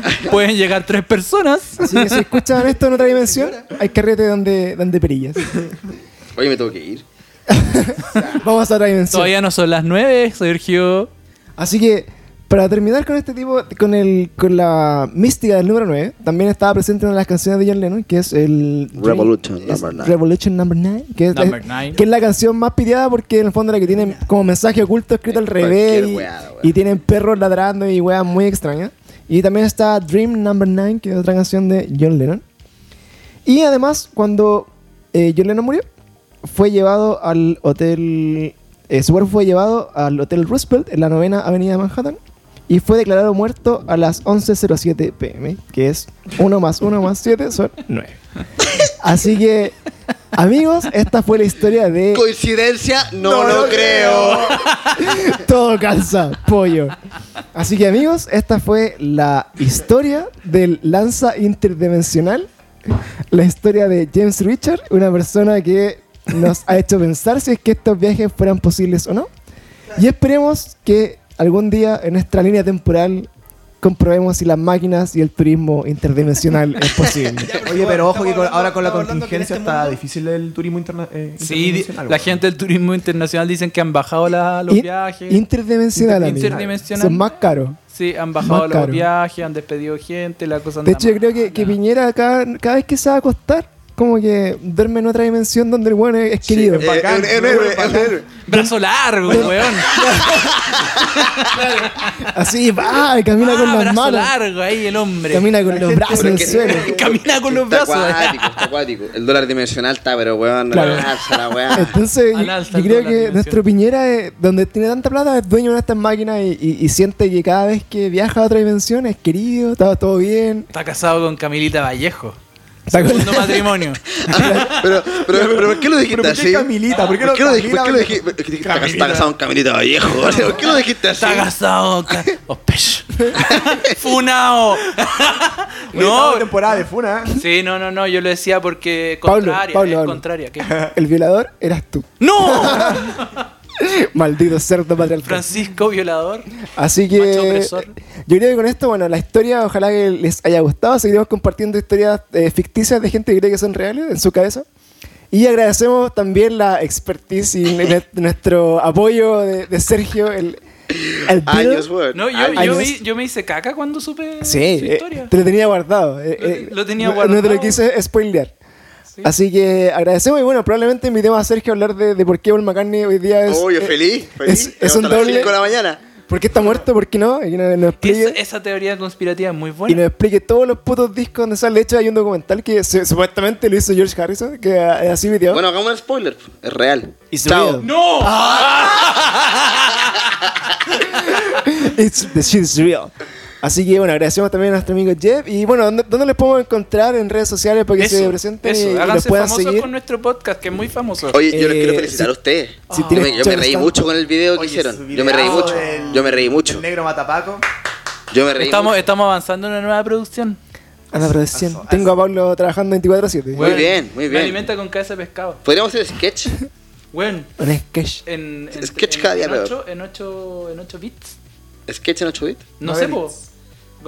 S3: de aquí. Pueden llegar tres personas.
S1: Así que si escuchan esto en otra dimensión, hay carrete donde, donde perillas.
S5: Oye, me tengo que ir.
S1: Vamos a otra dimensión.
S3: Todavía no son las nueve, Sergio.
S1: Así que Para terminar con este tipo, con el con la mística del número 9, también estaba presente una de las canciones de John Lennon, que es el
S5: Revolution
S1: es
S5: Number Nine.
S1: Revolution Number 9, que es,
S3: Number
S1: la,
S3: Nine.
S1: que es la canción más piteada porque en el fondo es la que tiene como mensaje oculto escrito al revés
S5: Cualquier
S1: y,
S5: weá, la weá.
S1: y tienen perros ladrando y weas muy extrañas. Y también está Dream Number 9, que es otra canción de John Lennon. Y además, cuando eh, John Lennon murió, fue llevado al hotel. eh, su cuerpo fue llevado al Hotel Roosevelt en la novena avenida de Manhattan y fue declarado muerto a las 11.07 pm, que es 1 más 1 más 7 son 9. Así que, amigos, esta fue la historia de
S5: Coincidencia, no, lo creo.
S1: Todo calza, pollo. Así que, amigos, esta fue la historia del lanza interdimensional. La historia de James Richard, una persona que nos ha hecho pensar si es que estos viajes fueran posibles o no. Y esperemos que algún día en nuestra línea temporal comprobemos si las máquinas y el turismo interdimensional es posible.
S4: Oye, pero ojo que con-
S2: Estamos
S4: ahora con la
S2: hablando- estamos hablando que en
S4: contingencia
S2: este
S4: está
S2: mundo-
S4: difícil el turismo interna- eh,
S3: Sí, di-
S4: internacional.
S3: la
S4: weón.
S3: gente del turismo internacional dicen que han bajado la- los
S1: In-
S3: viajes.
S1: Interdimensional, amigo.
S3: Interdimensional.
S1: Son más caros.
S3: sí, han bajado
S1: más
S3: los
S1: caro.
S3: viajes, han despedido gente, la cosa
S1: De
S3: anda
S1: hecho, yo
S3: mal.
S1: creo que, que Piñera cada, cada vez que se va a acostar, como que duerme en otra dimensión donde el weón es, es querido.
S5: Eh, un- un héroe, un héroe.
S3: Brazo largo, weón.
S1: Así va, y camina
S3: Ah,
S1: con las
S3: brazo
S1: manos.
S3: largo ahí el hombre.
S1: Camina con los brazos en
S5: Pero
S1: el
S5: que-
S1: suelo.
S3: Camina con los
S5: Está
S3: brazos.
S5: acuático, está acuático. El dólar dimensional está, pero weón,
S1: Claro. Este
S5: alza la weá.
S1: Entonces, yo,
S3: Al alza,
S1: yo
S3: al
S1: creo
S3: dólar,
S1: que
S3: dimensión.
S1: nuestro Piñera, eh, donde tiene tanta plata, es dueño de estas máquinas y, y- y siente que cada vez que viaja a otra dimensión es querido, está todo bien.
S3: Está casado con Camilita Vallejo.
S1: Está con-
S3: Segundo matrimonio.
S5: Pero, pero, pero, ¿por qué lo dijiste
S4: ¿por qué
S5: así?
S4: Camilita? ¿Por qué no
S5: lo dijiste? ¿Por qué lo
S4: Camila?
S5: dijiste? ¿Por qué Está está casado con Camilita Vallejo. ¿Por qué lo dijiste así?
S3: Está casado con. Ca- Ospech. Funao.
S4: Oye, estamos en
S3: no.
S4: temporada de Funa. ¿eh?
S3: Sí, no, no, no. Yo lo decía porque
S1: Pablo,
S3: contraria.
S1: Pablo,
S3: es
S1: Pablo.
S3: contraria. ¿qué?
S1: El violador eras tú.
S3: ¡No!
S1: Maldito cerdo patriarcal.
S3: Francisco Violador.
S1: Así que
S3: Macho opresor.
S1: yo creo que con esto, bueno, la historia, ojalá que les haya gustado. Seguiremos compartiendo historias eh, ficticias de gente que cree que son reales en su cabeza. Y agradecemos también la expertise y nue- nuestro apoyo de, de Sergio, el, el
S5: Años,
S1: Beatle.
S5: weón.
S3: No, yo,
S5: Años.
S3: yo,
S1: Años.
S3: vi- yo me hice caca cuando supe
S1: Sí,
S3: su
S1: eh,
S3: historia.
S1: te lo tenía guardado. eh,
S3: Lo-
S1: eh,
S3: lo tenía
S1: no- No te lo
S3: guardado.
S1: quise spoilear.
S3: Sí.
S1: Así que agradecemos y bueno, probablemente invitemos a Sergio a hablar de, de por qué Paul McCartney hoy día es...
S5: Oye,
S1: eh,
S5: feliz,
S1: es-
S5: feliz.
S1: es un
S5: Hasta las
S1: doble-
S5: cinco de la mañana.
S1: ¿Por qué está muerto? ¿Por qué no? Y no, no
S3: Que esa,
S1: explique.
S3: esa teoría conspirativa es muy
S1: y
S3: buena.
S1: nos explique todos los putos discos donde sale. De hecho, hay un documental que se- supuestamente lo hizo George Harrison, que ah, es así video.
S5: Bueno, hagamos un spoiler. Es real.
S1: Y se
S5: Chao.
S1: murió.
S3: ¡No!
S1: Ah, It's, the shit is real. Así que bueno, agradecemos también a nuestro amigo Jeff. Y bueno, ¿dónde, dónde les podemos encontrar en redes sociales para que se presenten
S3: Ah, eso,
S1: y, y los
S3: háganse
S1: puedan
S3: famosos
S1: seguir?
S3: con nuestro podcast, que es muy famoso.
S5: Oye, yo les
S1: Eh,
S5: quiero felicitar
S1: si-
S5: a ustedes.
S1: si
S5: yo
S1: tienes
S5: me, yo me reí
S1: chance-
S5: mucho con el video que hicieron. Yo me reí mucho. Yo me reí mucho.
S4: El negro matapaco.
S5: Yo me reí
S3: Estamos,
S5: mucho.
S3: estamos avanzando en una nueva producción.
S1: A la producción. Tengo a Pablo trabajando 24-7.
S5: Muy bien, muy
S3: Me
S5: bien.
S3: alimenta con cabeza de pescado.
S5: ¿Podríamos hacer sketch?
S3: Bueno,
S1: Un sketch.
S3: en, en,
S5: Sketch
S3: en,
S5: cada día
S3: en
S5: peor.
S3: ocho- en 8 en ocho bits.
S5: ¿Sketch en 8 bits?
S3: No sé, po.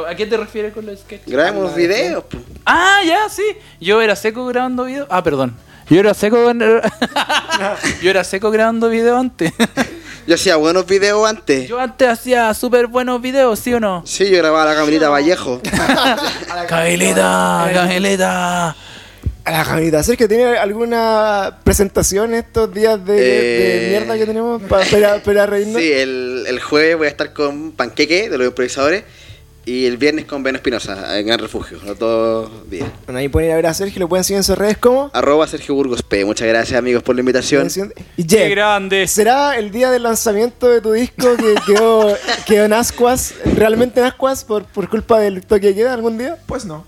S3: ¿A qué te refieres con los sketches?
S5: Grabemos pues. videos. po.
S3: Ah, ya, sí. Yo era seco grabando video. Ah, perdón. Yo era seco. Yo era seco grabando video antes.
S5: Yo hacía buenos videos antes.
S3: Yo antes hacía súper buenos videos, ¿sí o no?
S5: Sí, yo grababa la Camilita Vallejo.
S3: Cabeleta, cabeleta.
S1: A la Javinita, ¿hacer que tiene alguna presentación estos días de, de- de
S5: Eh.
S1: mierda que tenemos para, para, para reírnos?
S5: Sí, el, el jueves voy a estar con Panqueque de los improvisadores y el viernes con Ben Espinosa en Gran Refugio, los dos días.
S1: Bueno, ahí pueden ir a ver a Sergio, lo pueden seguir en sus redes como.
S5: Arroba Sergio Burgos P. Muchas gracias amigos por la invitación.
S1: Y
S3: Qué
S1: Jeff,
S3: grande.
S1: ¿Será el día del lanzamiento de tu disco que quedó, quedó en ascuas, realmente en ascuas, por, por culpa del toque de queda algún día?
S4: Pues no.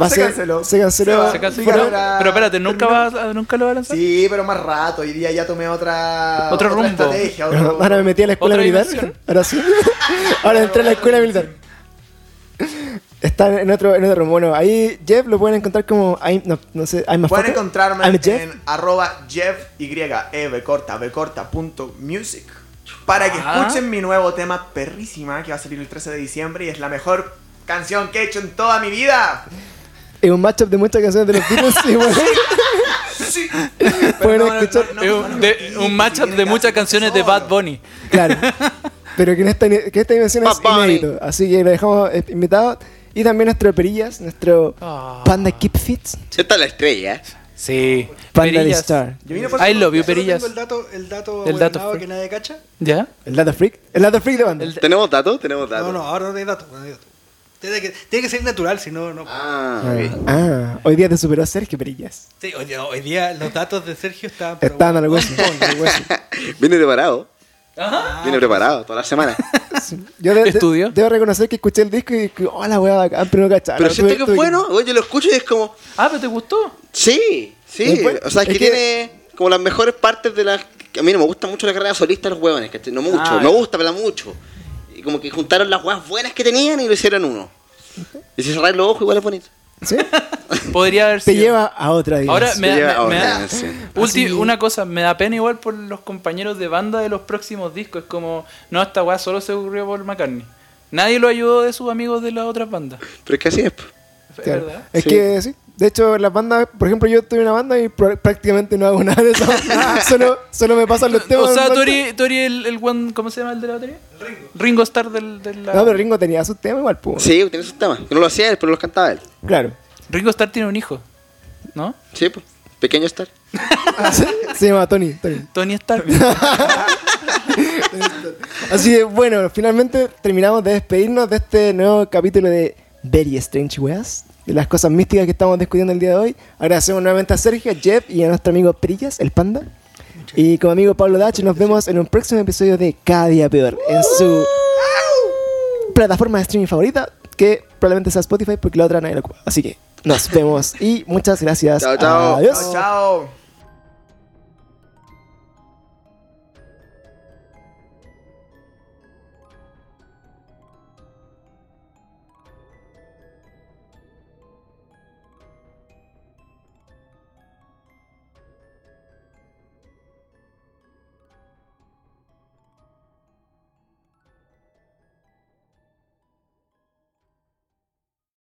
S1: Va a
S4: Se
S1: ser-
S4: canceló.
S1: Se
S4: Se
S1: canceló.
S4: va-
S3: Se canceló.
S1: Fueron-
S4: Fuera.
S3: Pero espérate, ¿nunca, vas, a- ¿nunca lo vas a lanzar?
S4: Sí, pero más rato. Hoy día ya tomé otra.
S3: Otro rumbo.
S4: estrategia, otro-
S1: Ahora me metí a la escuela
S3: ¿Otra
S1: militar.
S3: dimensión?
S1: Ahora sí. Ahora entré a la escuela militar. Está en otro, en otro rumbo. Bueno, ahí Jeff lo pueden encontrar como. I'm- no, no sé, I'm a
S4: Pueden
S1: fucker.
S4: encontrarme
S1: I'm a Jeff.
S4: en arroba Jeff Y E B corta B corta punto music para que
S3: Ah.
S4: escuchen mi nuevo tema perrísima que va a salir el 13 de diciembre y es la mejor canción que he hecho en toda mi vida.
S1: Es un matchup de muchas canciones de los Beatles. y bueno,
S4: Sí.
S1: pueden
S4: no, no,
S1: escuchar.
S3: Es un, de- un matchup de muchas canciones de Bad Bunny.
S1: Claro. Pero que en esta, que esta dimensión es
S5: Bad Bunny.
S1: inédito. Así que lo dejamos eh, invitado. Y también nuestro Perillas, nuestro
S3: Ah.
S1: Panda Keep Fits.
S5: Esta es la estrella. ¿eh?
S3: Sí.
S1: Panda de Star.
S4: Yo vine por-
S3: I love you,
S2: Solo tengo
S3: perillas.
S2: El dato, el dato,
S3: El dato
S2: abuelado
S3: freak.
S2: que nadie cacha.
S3: ¿Ya?
S1: El Data Freak. El Data Freak de Panda.
S3: El-
S5: ¿Tenemos datos? ¿Tenemos datos?
S2: No, no, ahora no hay dato. no hay dato. Tiene que, tiene que ser natural, si no, no.
S5: Ah, ok.
S1: Ah, hoy día te superó a Sergio Perillas.
S2: Sí, hoy, día- hoy día los datos de Sergio están. pero-
S1: Está en algo así. algo así.
S5: Viene preparado.
S3: Ajá.
S5: Viene preparado toda la semana.
S1: Yo de- de-
S3: Estudio.
S1: debo reconocer que escuché el disco y que, oh, la weá bacán, pero no cachaba.
S5: Pero
S1: No,
S5: siento
S1: tuve-
S5: que es
S1: tuve-
S5: bueno. Oye, yo lo escucho y es como.
S3: Ah, pero te gustó.
S5: Sí, sí.
S1: Es bueno.
S5: O sea, es que,
S1: Es que-
S5: tiene como las mejores partes de las. A mí no me gusta mucho la carrera solista de los huevones, ¿cachai? No mucho.
S3: Ah,
S5: me gusta, pero mucho. Y como que juntaron las huevas buenas que tenían y lo hicieron uno. Y si cerrar los ojos, igual es bonito.
S1: Sí,
S3: Podría haber
S1: Te
S3: sido.
S1: lleva a otra dimensión.
S3: Ahora me,
S5: Te lleva
S3: da-
S5: a
S3: me- me
S5: otra
S3: da-
S5: dimensión.
S3: Ulti-
S1: Así-
S3: una cosa, me da pena igual por los compañeros de banda de los próximos discos. Es como, no, esta weá solo se ocurrió por McCartney. Nadie lo ayudó de sus amigos de las otras bandas.
S5: Pero es que así es. po.
S3: Es
S1: Claro.
S3: verdad.
S1: Es
S5: Sí.
S1: que sí. De hecho, las bandas, por ejemplo, yo tuve una banda y pr- prácticamente no hago nada de eso. solo, solo me pasan los temas.
S3: O sea,
S1: del
S3: tú
S1: banda.
S3: eres, tú eres el, el one- ¿cómo se llama el de la batería?
S2: Ringo.
S3: Ringo Starr del, de la...
S1: No, pero Ringo tenía sus temas igual, pues.
S5: Sí, tiene sus temas. Que no lo hacía él, pero los cantaba él.
S1: Claro.
S3: Ringo Starr tiene un hijo, ¿no?
S5: Sí, pues. Pequeño Star.
S1: Se llama Tony. Tony.
S3: Tony Stark.
S1: Así que bueno, finalmente terminamos de despedirnos de este nuevo capítulo de Very Strange Weas, de las cosas místicas que estamos discutiendo el día de hoy. Agradecemos nuevamente a Sergio, a Jeff y a nuestro amigo Perillas, el panda. Y como amigo Pablo Dach, nos vemos en un próximo episodio de Cada Día Peor, en su plataforma de streaming favorita, que probablemente sea Spotify, porque la otra nadie la ocupa. Así que nos vemos y muchas gracias.
S5: Chao, chao.
S1: Adiós.
S4: Chao, chao.